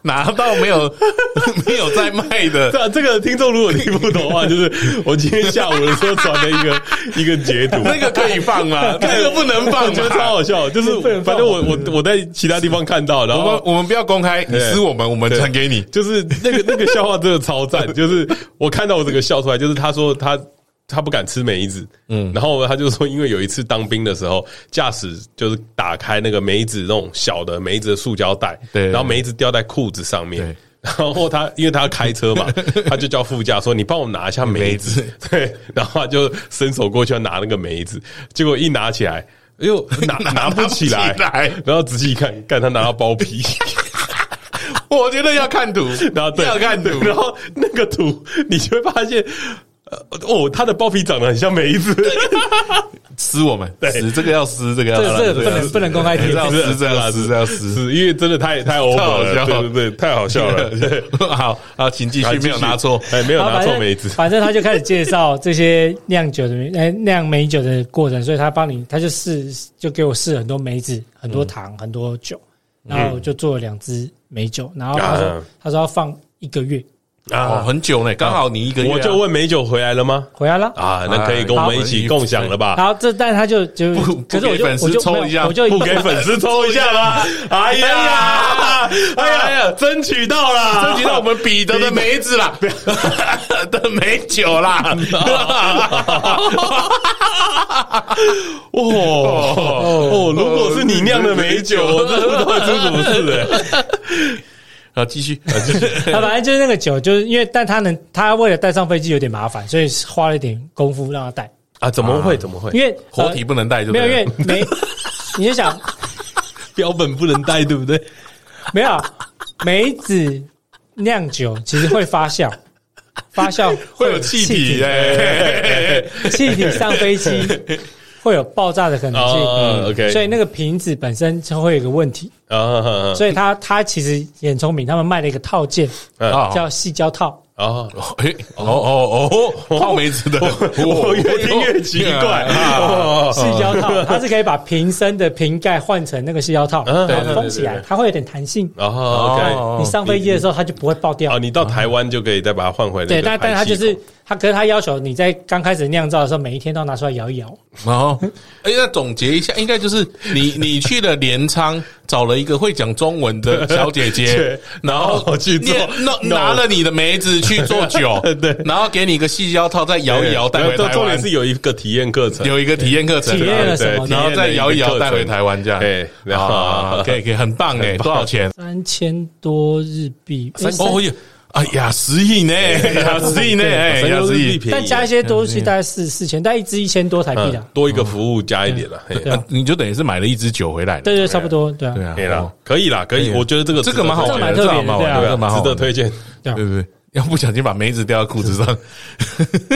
Speaker 3: 拿到没有 没有在卖 的，
Speaker 2: 这这个听众如果听不懂的话，就是我今天下午的时候传了一个一个 截图，
Speaker 3: 那个可以放吗？那个不能
Speaker 2: 我
Speaker 3: 放
Speaker 2: 觉得超
Speaker 3: 吗？
Speaker 2: 好笑， 就是反正我我我在其他地方看到，然
Speaker 3: 我们
Speaker 2: 后。
Speaker 3: 我们不要公开，你
Speaker 2: 对
Speaker 3: 私我们，我们传给你。
Speaker 2: 就是那个那个笑话真的超 赞，就是我看到我整个笑出来，就是他说他他不敢吃梅子，嗯，然后他就说，因为有一次当兵的时候，驾驶就是打开那个梅子那种小的梅子的塑胶袋，
Speaker 3: 对
Speaker 2: 然后梅子掉在裤子上面
Speaker 3: 对。
Speaker 2: 然后他，因为他要开车 嘛，他就叫副驾说：“你帮我拿一下梅子。
Speaker 3: 梅
Speaker 2: 对，然后他就伸手过去要拿那个梅子，结果一拿起来又拿拿不起来，
Speaker 3: 拿不起来
Speaker 2: 然后仔细一看，看他拿到包皮。
Speaker 3: 我觉得要看图，
Speaker 2: 然后啊对，
Speaker 3: 要 看图，
Speaker 2: 然后那个图你就会发现，呃，哦，它的包皮长得很像梅子，
Speaker 3: 撕我们，
Speaker 2: 对
Speaker 3: 撕这个要撕，这个要
Speaker 4: 这
Speaker 3: 撕，
Speaker 4: 这不能不能公开
Speaker 3: 这
Speaker 4: 贴
Speaker 3: 个，要撕，这个要
Speaker 2: 是
Speaker 3: 撕，这个要撕。
Speaker 2: 是 因为真的太太 over
Speaker 3: 好
Speaker 2: 了，
Speaker 3: 笑
Speaker 2: 对对对，太好笑了， 对，
Speaker 3: 好好，请继续，没有拿错。
Speaker 2: 哎，没有
Speaker 4: 然后
Speaker 2: 拿
Speaker 4: 反
Speaker 2: 错
Speaker 4: 正
Speaker 2: 梅子，
Speaker 4: 反正他就开始介绍这些酿酒的呃酿美酒的过程，所以他帮你，他就试就给我试很多梅子、很
Speaker 3: 嗯
Speaker 4: 多糖、很多酒，然后我就做了两支美酒，然后他说、
Speaker 2: 啊
Speaker 4: 他说要放一个月，
Speaker 3: 哦，
Speaker 2: 啊，
Speaker 3: 很久呢，刚好你一个月啊，
Speaker 2: 我就问美酒回来了吗？
Speaker 4: 回来了。
Speaker 2: 啊，那可以跟我们一起共享了吧？
Speaker 4: 然后这，但他就就
Speaker 3: 不，
Speaker 4: 可
Speaker 3: 不
Speaker 4: 是我
Speaker 3: 给
Speaker 4: 就
Speaker 3: 粉丝
Speaker 4: 我就
Speaker 3: 抽
Speaker 4: 没有
Speaker 3: 一下
Speaker 4: 我就
Speaker 2: 不给粉丝抽一下吗？ 哎呀，哎
Speaker 3: 哎
Speaker 2: 呀，
Speaker 3: 呀
Speaker 2: 争取到了，
Speaker 3: 征集到我们彼得的梅子啦， 的美酒 啦，
Speaker 2: 哦哦，哦如果是你酿的美 酒，我真的不知道出什么事哎。
Speaker 3: 啊，继续，
Speaker 4: 他反正就是那个酒，就是因为但他能，他为了带上飞机有点麻烦，所以花了一点功夫让他带，
Speaker 2: 啊，怎么会？怎么会？
Speaker 4: 因为
Speaker 3: 活体、不能带就
Speaker 4: 呃没有，因
Speaker 3: 对
Speaker 4: 为
Speaker 3: 了
Speaker 4: 没，你就想
Speaker 2: 标本不能带，对不对？
Speaker 4: 没有梅子酿酒其实会发酵，发酵
Speaker 3: 会有
Speaker 4: 有
Speaker 3: 气
Speaker 4: 体
Speaker 3: 体，哎，
Speaker 4: 气体上飞 机会有爆炸的可能性。嗯
Speaker 2: 哦，OK
Speaker 4: 所以那个瓶子本身就会有一个问题，
Speaker 2: 啊，
Speaker 4: 所以他他其实也很聪明，他们卖了一个套件
Speaker 2: 啊
Speaker 4: 叫细胶套。
Speaker 2: 啊！
Speaker 3: 哎，哦哦哦，泡梅子的，
Speaker 2: 我越听越奇怪哦
Speaker 3: 啊
Speaker 4: 细胶套， 它是可以把瓶身的瓶盖换成那个细胶套，
Speaker 2: 嗯
Speaker 4: 然后
Speaker 3: 对对对
Speaker 4: 封起来
Speaker 3: 对，
Speaker 4: 它会有点弹性。
Speaker 2: 哦
Speaker 3: 哦
Speaker 4: 你上飞机的时候，它就不会爆
Speaker 2: ，OK，哦，
Speaker 4: 掉。
Speaker 2: 你到台湾就可以再把它换回来。
Speaker 4: 对，但但它就是它，可是它要求你在刚开始酿造的时候，每一天都要拿出来摇一摇。
Speaker 3: 然后，哎，那总结一下，应该就是你你去了镰仓，找了一个会讲中文的小姐姐
Speaker 2: 对，
Speaker 3: 然后
Speaker 2: 后去做
Speaker 3: 拿拿了你的梅子去做酒，
Speaker 2: 对
Speaker 3: 然后给你一个细胶套，再摇一摇带回
Speaker 2: 重
Speaker 3: 台
Speaker 2: 重点
Speaker 3: 湾，
Speaker 2: 是有一个体验课程，
Speaker 3: 有一个体验课程，啊
Speaker 4: 体验了什么呢
Speaker 3: 然后再摇一摇带回台湾这样，
Speaker 2: 对然后
Speaker 3: 啊，可以可以，很棒哎，
Speaker 2: 很棒
Speaker 3: 多少钱？
Speaker 4: 三千多日币，诶三
Speaker 3: 哦哟，哎呀，十亿呢，呀，十亿呢，哎，呀，十亿。
Speaker 2: 便宜，
Speaker 4: 但加一些东西大概四四千，大概一支一千多台币
Speaker 2: 嗯
Speaker 4: 啦。
Speaker 2: 多一个服务加一点了，嘿
Speaker 4: 对啊
Speaker 3: 啊你就等于是买了一支酒回来了，
Speaker 4: 对对，差不多，对啊
Speaker 3: 对，啊，
Speaker 2: 可以
Speaker 3: 哦
Speaker 2: 啦，可以啦，可以，
Speaker 3: 可以
Speaker 2: 我觉啊得这个
Speaker 3: 这
Speaker 2: 值
Speaker 3: 个
Speaker 2: 得
Speaker 3: 蛮好玩的，
Speaker 4: 这个
Speaker 3: 这
Speaker 4: 蛮
Speaker 3: 个蛮好玩的，
Speaker 4: 特别的
Speaker 3: 这个蛮好
Speaker 2: 啊值
Speaker 3: 玩的
Speaker 2: 得推荐。
Speaker 4: 啊
Speaker 3: 对不对？要不小心把梅子掉到裤子上，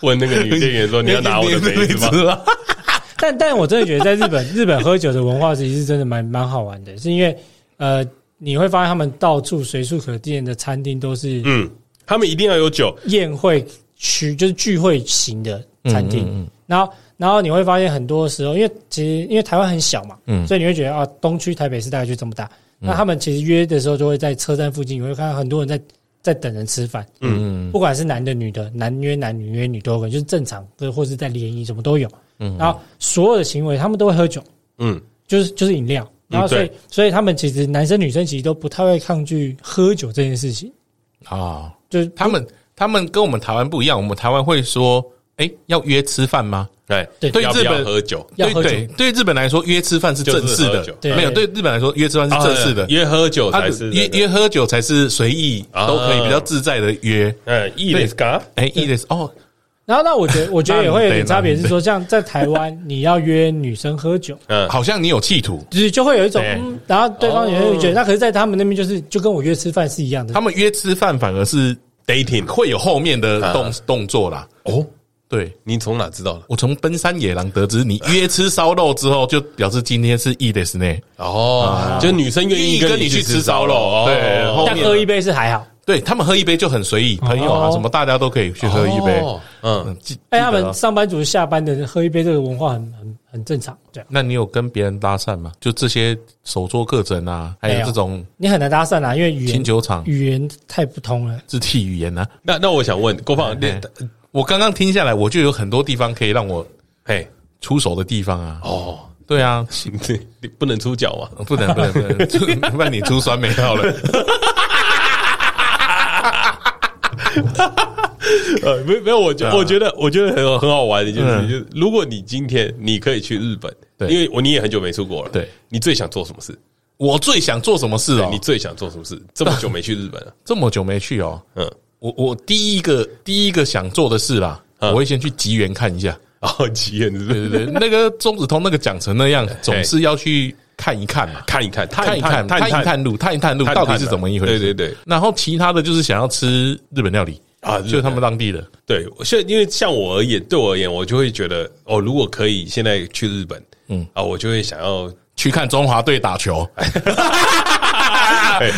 Speaker 2: 问那个女店员说：“你要拿我的杯子啊吗
Speaker 3: 吗？
Speaker 4: 但但我真的觉得在日本， 日本喝酒的文化其实是真的蛮蛮好玩的，是因为呃，你会发现他们到处随处可见的餐厅都是？”
Speaker 2: 嗯，他们一定要有酒，
Speaker 4: 宴会区，就是聚会型的
Speaker 3: 嗯
Speaker 4: 餐厅。然后，然后你会发现很多时候，因为其实因为台湾很小嘛，
Speaker 3: 嗯
Speaker 4: 所以你会觉得啊，东区台北市大概就这么大。那他们其实约的时候，就会在车站附近，你会看到很多人在在等人吃饭，
Speaker 3: 嗯，
Speaker 4: 不管是男的女的，男约男，女约女都有可能，就是正常的，或是在联谊什么都有。
Speaker 3: 嗯
Speaker 4: 然后所有的行为，他们都会喝酒，
Speaker 2: 嗯，
Speaker 4: 就是就是饮料。
Speaker 3: 嗯
Speaker 4: 然后所以、所以他们其实男生女生其实都不太会抗拒喝酒这件事情，
Speaker 3: 啊，
Speaker 4: 就是
Speaker 3: 他们他们跟我们台湾不一样，我们台湾会说，哎，要约吃饭吗？
Speaker 2: 哎，
Speaker 4: 对
Speaker 2: 要不
Speaker 3: 对日
Speaker 2: 要
Speaker 3: 本
Speaker 2: 喝酒？
Speaker 4: 要
Speaker 3: 对
Speaker 4: 喝酒
Speaker 3: 对，对日本来说，约吃饭是正式
Speaker 2: 就是喝
Speaker 3: 的
Speaker 2: 酒，
Speaker 4: 对
Speaker 3: 没有对日本来说，约吃饭是正式的
Speaker 2: 啊，约喝酒
Speaker 3: 他
Speaker 2: 才是
Speaker 3: 约约喝酒才是随意
Speaker 2: 啊
Speaker 3: 都可以比较自在的约。
Speaker 2: 嗯，意的嘎
Speaker 3: 哎，意思是哦，
Speaker 4: 然后，那我觉得，我觉得也会有点差别，
Speaker 3: 那
Speaker 4: 是说，像在台湾，你要约女生喝酒，
Speaker 2: 嗯，
Speaker 3: 好像你有企图。
Speaker 4: 就是就会有一种，
Speaker 3: 对哦
Speaker 4: 嗯，然后对方也会觉得，那可是，在他们那边就是就跟我约吃饭是一样的
Speaker 3: 他，们约吃饭反而是
Speaker 2: dating
Speaker 3: 会有后面的动
Speaker 2: 啊
Speaker 3: 动作啦。
Speaker 2: 哦，
Speaker 3: 对
Speaker 2: 你从哪知道的？
Speaker 3: 我从奔山野狼得知，你约吃烧肉之后，就表示今天是 E 的 s 呢。
Speaker 2: 哦，就女生愿意
Speaker 3: 愿意
Speaker 2: 跟
Speaker 3: 跟你
Speaker 2: 去
Speaker 3: 去吃
Speaker 2: 烧
Speaker 3: 烧肉对
Speaker 2: 哦
Speaker 3: 后
Speaker 4: 但
Speaker 3: 面
Speaker 4: 喝一杯是还好。
Speaker 3: 对他们喝一杯就很随意，朋友啊
Speaker 4: 哦
Speaker 3: 什么，大家都可以去喝一杯。
Speaker 2: 哦嗯，
Speaker 3: 嗯，记
Speaker 4: 哎，
Speaker 3: 记
Speaker 4: 他
Speaker 3: 得
Speaker 4: 们
Speaker 3: 哦
Speaker 4: 上班族下班的喝一杯，这个文化很很很正常，对。
Speaker 3: 那你有跟别人搭讪吗？就这些手作课程啊，还
Speaker 4: 没
Speaker 3: 有
Speaker 4: 有
Speaker 3: 这种
Speaker 4: 你很难搭讪啊，因为语
Speaker 3: 清
Speaker 4: 言
Speaker 3: 酒厂
Speaker 4: 语言太不通了。
Speaker 3: 肢体语言啊。
Speaker 2: 那那我想问郭胖，
Speaker 3: 哎我刚刚听下来，我就有很多地方可以让我
Speaker 2: 哎，
Speaker 3: 出手的地方啊。
Speaker 2: 哦，
Speaker 3: 对啊，
Speaker 2: 你你不能出脚 啊，
Speaker 3: 不能不能不能， 就不然你出酸梅好了。
Speaker 2: 呃，没有没有，我觉
Speaker 3: 对啊
Speaker 2: 我觉得我觉得很很好玩的一件事情，
Speaker 3: 嗯
Speaker 2: 就是如果你今天你可以去日本，
Speaker 3: 对
Speaker 2: 因为我你也很久没出国了，
Speaker 3: 对，
Speaker 2: 你最想做什么事？
Speaker 3: 我最想做什么事哦？
Speaker 2: 你最想做什么事？这么久没去日本了，
Speaker 3: 这么久没去哦？
Speaker 2: 嗯，
Speaker 3: 我我第一个第一个想做的事啦，
Speaker 2: 嗯
Speaker 3: 我会先去吉原看一下。
Speaker 2: 然后急眼是不
Speaker 3: 对
Speaker 2: 是？
Speaker 3: 对对，那个中子通那个讲成 那样，总是要去看一看嘛，
Speaker 2: 看一看，
Speaker 3: 看一看，探一探路，探一探路
Speaker 2: 探一探
Speaker 3: 到底是怎么一回事。
Speaker 2: 对对对。
Speaker 3: 然后其他的就是想要吃日本料理
Speaker 2: 啊
Speaker 3: 就是他们当地的。
Speaker 2: 对，所以因为像我而言，对我而言，我就会觉得哦，如果可以现在去日本，嗯啊，我就会想要，
Speaker 3: 去看中华队打 球，啊
Speaker 2: 哎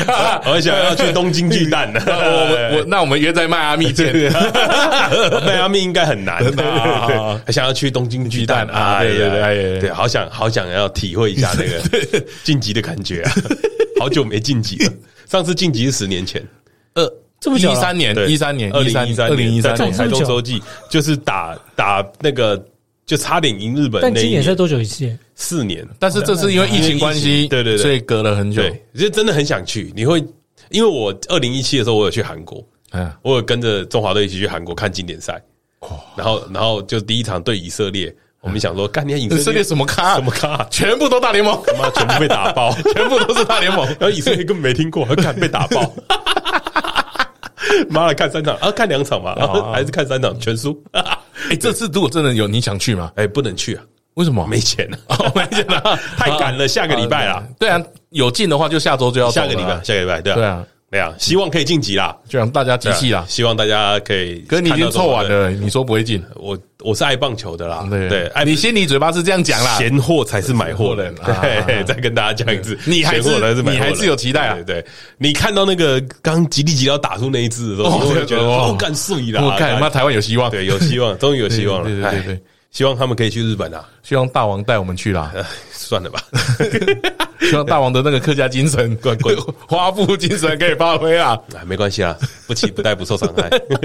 Speaker 2: 我想要去东京巨 蛋的。
Speaker 3: 那我们啊我那我们约在迈阿密见。
Speaker 2: 迈阿密应该很难，对
Speaker 3: 的 啊
Speaker 2: 对对还想要去东京巨蛋
Speaker 3: 巨蛋啊
Speaker 2: 哎
Speaker 3: 对对对
Speaker 2: 呀
Speaker 3: 哎呀
Speaker 2: 对，好想好想要体会一下那 个晋级的感觉啊！好久没晋级了，上次晋级是十年前，
Speaker 3: 二
Speaker 4: 这么久
Speaker 3: 呃一
Speaker 4: 了
Speaker 3: 三年，
Speaker 2: 对，
Speaker 3: 一三年，
Speaker 2: 二
Speaker 3: 一
Speaker 2: 零
Speaker 3: 三
Speaker 2: 一三
Speaker 3: 二零一三
Speaker 2: 在
Speaker 3: 年，
Speaker 2: 台中洲际就是打打那个，就差点赢日本
Speaker 4: 但
Speaker 2: 那一
Speaker 4: 今年
Speaker 2: 年
Speaker 4: 才多久一次？
Speaker 2: 四年，
Speaker 3: 但是这次因为疫情关系，
Speaker 2: 对对对
Speaker 3: 所以隔了很久。
Speaker 2: 对，就真的很想去。你会因为我二零一七的时候，我有去韩国，
Speaker 3: 哎，
Speaker 2: 我有跟着中华队一起去韩国看经典赛，然后然后就第一场对以色列，我们想说，干你以
Speaker 3: 嗯以色
Speaker 2: 色
Speaker 3: 列
Speaker 2: 列
Speaker 3: 什么咖？
Speaker 2: 什么咖，
Speaker 3: 全部都大联盟，
Speaker 2: 他妈全部被打爆，
Speaker 3: 全部都是大联盟。
Speaker 2: 然后以色列根本没听过，看被打 爆。妈的，看三场啊，看两场嘛，然后还是看三场全输。
Speaker 3: 哎，这次如果真的有，你想去吗？
Speaker 2: 哎，不能去啊，
Speaker 3: 为什么？
Speaker 2: 没钱啊，
Speaker 3: 哦，没钱 了，
Speaker 2: 太赶了，下个礼拜啦，。
Speaker 3: 对啊，有进的话就下周就要走
Speaker 2: 下
Speaker 3: 了
Speaker 2: 个礼拜，，下个礼拜，对啊，
Speaker 3: 对啊，
Speaker 2: 对啊，希望可以晋级啦，
Speaker 3: 就让大家集
Speaker 2: 对啊
Speaker 3: 气啦。
Speaker 2: 希望大家可以。
Speaker 3: 可是你已经凑完，了，你说不会进？啊
Speaker 2: 我我是爱棒球的啦，对，哎爱
Speaker 3: 你心里嘴巴是这样讲啦。
Speaker 2: 闲货才是买货人
Speaker 3: 闲货人啊
Speaker 2: 对，再跟大家讲一次，
Speaker 3: 你还是
Speaker 2: 闲货才是买货人
Speaker 3: 你还是有期待啊
Speaker 2: 对，对对你看到那个刚吉利吉到打出那一只的时候，
Speaker 3: 哦
Speaker 2: 你会觉得
Speaker 3: 对哦
Speaker 2: 哦，干碎啦，
Speaker 3: 我看，妈，台湾有希望。
Speaker 2: 对，有希望，终于有希望了，
Speaker 3: 对对对对
Speaker 2: 哎，希望他们可以去日本啊，
Speaker 3: 希望大王带我们去啦。
Speaker 2: 哎算了吧，
Speaker 3: 希望大王的那个客家精神、
Speaker 2: 滚滚
Speaker 3: 花布精神可以发 挥啊！
Speaker 2: 哎没关系啊，不期不待不受伤害，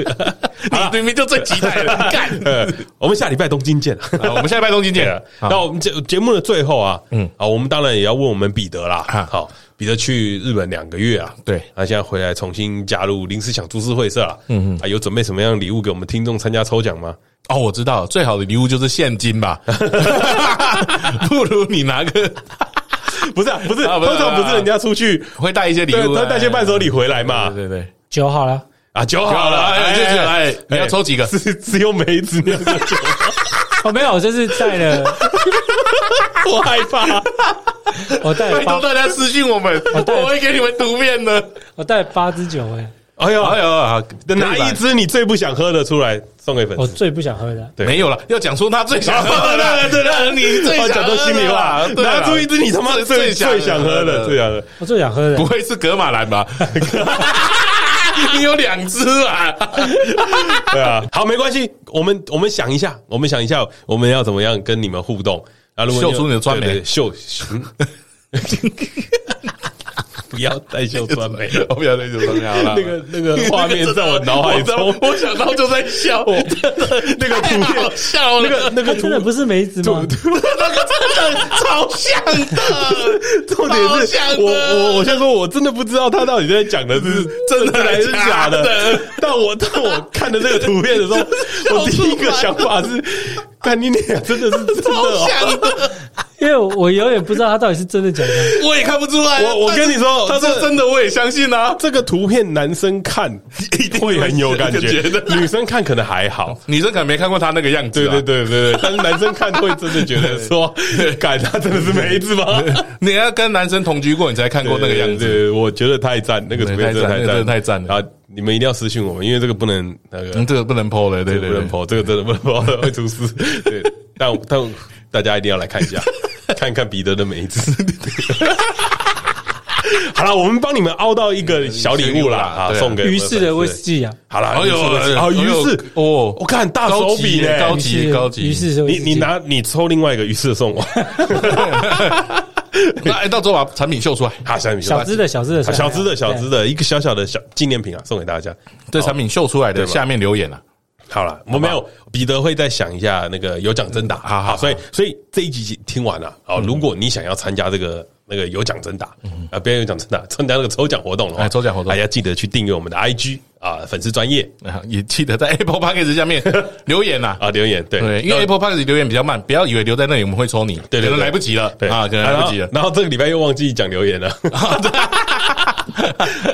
Speaker 3: 你
Speaker 2: 啊
Speaker 3: 明明就最期待了，干！
Speaker 2: 呃 我们下礼拜东京见。
Speaker 3: 好我们下礼拜东京
Speaker 2: 对
Speaker 3: 见
Speaker 2: 啊。，那我们节节目的最后啊，嗯，啊，我们当然也要问我们彼得啦
Speaker 3: 啊。
Speaker 2: 好，彼得去日本两个月啊，
Speaker 3: 对
Speaker 2: 那现在回来重新加入临时想株式会社了。嗯嗯，啊，有准备什么样的礼物给我们听众参加抽奖吗？
Speaker 3: 哦，我知道，最好的礼物就是现金吧， 不如你拿个
Speaker 2: 不是啊，不是，
Speaker 3: 啊不
Speaker 2: 通
Speaker 3: 是
Speaker 2: 常不是人家出去，
Speaker 3: 会带一些礼
Speaker 2: 对，
Speaker 3: 物，哎
Speaker 2: 他带些伴手礼啊回来嘛。
Speaker 3: 对对对，
Speaker 4: 酒好了，
Speaker 2: 啊，酒好
Speaker 3: 好
Speaker 2: 了，
Speaker 3: 了，
Speaker 2: 哎，
Speaker 3: 哎，
Speaker 2: 就
Speaker 3: 就是是
Speaker 2: 哎，
Speaker 3: 哎，你要抽几个？
Speaker 2: 只只有梅 子酿的酒，
Speaker 4: 哦，没有，我这次带 了，
Speaker 2: 我害怕。
Speaker 4: 我带了
Speaker 3: 拜托
Speaker 4: 八，
Speaker 3: 大家私信我们，
Speaker 4: 我带
Speaker 3: 我会给你们图片的。
Speaker 4: 我带了八支酒哎、
Speaker 2: 哎呦，
Speaker 3: 哎呀，
Speaker 2: 哪一支你最不想喝的出来送给粉
Speaker 4: 我
Speaker 2: 丝？
Speaker 4: 最不想喝的，
Speaker 2: 对
Speaker 3: 没有了，要讲出他最想喝 的，
Speaker 2: 对对
Speaker 3: 对，你最想
Speaker 2: 哦讲
Speaker 3: 喝
Speaker 2: 出
Speaker 3: 的
Speaker 2: 心里话，
Speaker 3: 对啊
Speaker 2: 拿出一支你他妈
Speaker 3: 最
Speaker 2: 最最
Speaker 3: 最
Speaker 2: 想
Speaker 3: 想
Speaker 2: 喝
Speaker 3: 喝
Speaker 2: 的，啊
Speaker 3: 的
Speaker 2: 最想喝的。
Speaker 4: 我最想喝的
Speaker 3: 不，会是格马 兰吧？你有两只啊！
Speaker 2: 对啊，好，没关系，我们我们想一下，我们想一下，我们要怎么样跟你们互动啊？如果有
Speaker 3: 秀出你的专美
Speaker 2: 对对秀， 嗯不要再秀专美了。
Speaker 3: 我不要再说了，好了
Speaker 2: 那个那个画面在我脑海中，
Speaker 3: 我我想到就在笑，
Speaker 2: 那个图
Speaker 3: 太好
Speaker 2: 片，
Speaker 3: 笑
Speaker 2: 那
Speaker 3: 了，
Speaker 2: 个那
Speaker 4: 它
Speaker 2: 个图
Speaker 4: 真的不是梅子吗？
Speaker 3: 那个真的超像的，
Speaker 2: 重点
Speaker 3: 好
Speaker 2: 是
Speaker 3: 像的
Speaker 2: 我我我先说，我真的不知道他到底在讲的是真的还是假
Speaker 3: 假
Speaker 2: 的
Speaker 3: 的。
Speaker 2: 但我当我看的这个图片的时 候，我第一个想法是，看你俩真的是真的、
Speaker 3: 超
Speaker 2: 哦。
Speaker 3: 像的，
Speaker 4: 因为我永远不知道它到底是真的假的。
Speaker 3: 我也看不出来。啊
Speaker 2: 我我跟你 说，
Speaker 3: 但是他
Speaker 2: 这
Speaker 3: 说真的，我也相信啊。
Speaker 2: 这个图片男生看一定会很有感觉
Speaker 3: 觉得，啊
Speaker 2: 女生看可能还 好。
Speaker 3: 女生可能没看过他那个样
Speaker 2: 对对。
Speaker 3: 子，
Speaker 2: 对对对，但是男生看会真的觉 得说，感他真的是梅子吗？
Speaker 3: 你要跟男生同居过，你才看过那个样
Speaker 2: 对，
Speaker 3: 子。
Speaker 2: 对对我觉得太赞，那个图片真的
Speaker 3: 对太赞那个真的太赞了
Speaker 2: 啊！你们一定要私信我们，因为这个不能那个，
Speaker 3: 嗯，这个不能剖了，对
Speaker 2: 这个
Speaker 3: 对
Speaker 2: 不能
Speaker 3: 对。
Speaker 2: 跑，这个真的不能跑， 会出事。对，但但大家一定要来看一下，看看彼得的每一次。 好了，我们帮你们凹到一个小礼物啦，啊，
Speaker 3: 对啊
Speaker 2: 送给
Speaker 4: 于是的威士。忌啊，
Speaker 2: 好了，
Speaker 3: 哎呦
Speaker 2: 好，于是
Speaker 3: 哎呦哦
Speaker 2: 我看大手笔嘞，
Speaker 3: 高
Speaker 4: 于
Speaker 3: 级
Speaker 4: 是
Speaker 3: 高级
Speaker 4: 于是的威
Speaker 2: 你
Speaker 4: 士忌
Speaker 2: 你拿你抽另外一个，于是送我，
Speaker 3: 那哎，到时候把产品秀出来，
Speaker 2: 好，小米
Speaker 4: 小资的小资的
Speaker 2: 啊小资的小资
Speaker 4: 的，
Speaker 2: 的一个小小的小纪念品啊，送给大家。
Speaker 3: 这产品秀出来的
Speaker 2: 吧
Speaker 3: 下面留言啊，
Speaker 2: 好了，我没有，彼得会再想一下那个有奖征答。
Speaker 3: 嗯好好嗯好
Speaker 2: 所以所以这一集听完了哦，如果你想要参加这个那个有奖征答啊，不要有奖征答，参加那个抽奖活动了，
Speaker 3: 嗯哎抽奖活动
Speaker 2: 大家记得去订阅我们的 IG 啊，粉丝专业
Speaker 3: 啊也记得在 Apple Podcast 下面留言呐。
Speaker 2: 啊留言对
Speaker 3: 对，因为 Apple Podcast 留言比较慢，不要以为留在那里我们会抽你，
Speaker 2: 对对对
Speaker 3: 可能来不及了，
Speaker 2: 对
Speaker 3: 啊，可能来不及了
Speaker 2: 然后。然后这个礼拜又忘记讲留 言了。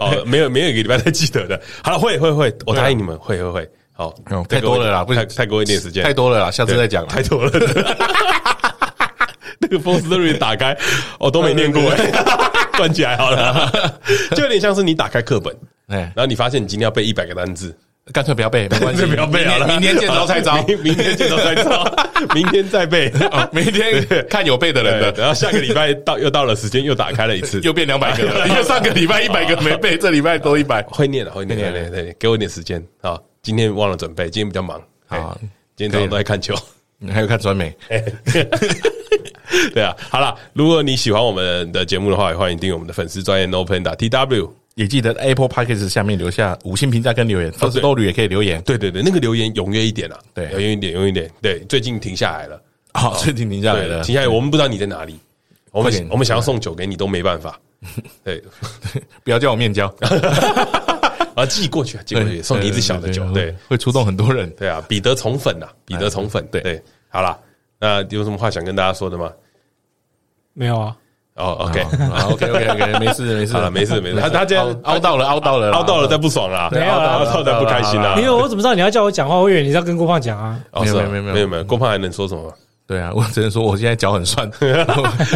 Speaker 2: 哦，没有没有一个礼拜再记得的。好了，会会会，我答应你们，会会会。好
Speaker 3: 啊哦，
Speaker 2: 再
Speaker 3: 太
Speaker 2: 给我
Speaker 3: 多了啦不
Speaker 2: 太太给我一点时间，
Speaker 3: 太多了啦，下次
Speaker 2: 对
Speaker 3: 再讲啦
Speaker 2: 太。多了。那个 f o r s t o r y 打开，我、都没念过、 欸，关起来好了， 就有点像是你打开课本，
Speaker 3: 哎
Speaker 2: 然，后你发现你今天要背一百个单字，
Speaker 3: 干脆不要背，没关系，
Speaker 2: 就不要背好了，，
Speaker 3: 明天明天见招拆招
Speaker 2: 明明天见招拆招， 哦明天再背。
Speaker 3: 啊明天看有背的 人
Speaker 2: 对，
Speaker 3: 的，
Speaker 2: 然后下个礼拜到又到了时间， 又打开了一次，
Speaker 3: 又变两百个 了，因为上个礼拜一百个没背，这礼拜多一百。
Speaker 2: 会念了，会念，
Speaker 3: 会
Speaker 2: 会
Speaker 3: 念
Speaker 2: 念，会念，给我一点时间啊！今天忘了准备，今天比较忙，
Speaker 3: 好
Speaker 2: 哎今天早上都在看球。
Speaker 3: 还有看传媒，
Speaker 2: 对啊，好了，如果你喜欢我们的节目的话，也欢迎订阅我们的粉丝专业 No Plan 打 T W。
Speaker 3: 也记得 Apple Podcast 下面留下五星评价跟留言，粉丝
Speaker 2: 对
Speaker 3: 豆旅也可以留言。
Speaker 2: 对对对，那个留言踊跃一点啊，
Speaker 3: 对
Speaker 2: 踊跃一点，踊跃一点。对，最近停下来了，
Speaker 3: 好，最近停下来了，
Speaker 2: 对停下来，我们不知道你在哪里，我
Speaker 3: 快点
Speaker 2: 们我们想要送酒给你都没办 法。对，
Speaker 3: 不要叫我面 交，
Speaker 2: 啊，寄过去啊，寄过去，送你一只小的酒。对
Speaker 3: 会触动很多 人。
Speaker 2: 对啊，彼得宠粉呐，彼得宠
Speaker 3: 哎
Speaker 2: 粉。对对，好啦，那有什么话想跟大家说的吗？
Speaker 4: 没有啊，
Speaker 2: 哦，OK，
Speaker 3: ，OK OK OK，没 事没事
Speaker 2: 好了，没事没事，他他这样
Speaker 3: 凹到了，凹到了，
Speaker 2: 凹到了，再不爽啦，
Speaker 4: 没有啊
Speaker 2: 凹到了再不开心啦
Speaker 4: 没。有，我怎么知道你要叫我讲话？我以为你是要跟郭胖讲啊。
Speaker 2: 哦
Speaker 3: 没有
Speaker 2: 是啊
Speaker 3: 没有没有
Speaker 2: 没有没有，郭胖还能说什 么？
Speaker 3: 对啊，我只能说我现在脚很 酸，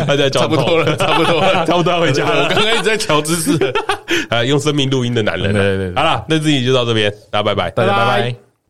Speaker 3: 大
Speaker 2: 在脚
Speaker 3: 差
Speaker 2: 很
Speaker 3: 不
Speaker 2: 痛
Speaker 3: 多了，差不多 了，
Speaker 2: 差不多要回家了
Speaker 3: 我刚刚一直在调姿势，
Speaker 2: 啊，用生命录音的男人啊。
Speaker 3: 对对对
Speaker 2: 好啦，那自己就到这边，大家拜拜，
Speaker 3: 大家拜
Speaker 4: 拜
Speaker 3: 拜
Speaker 4: 拜。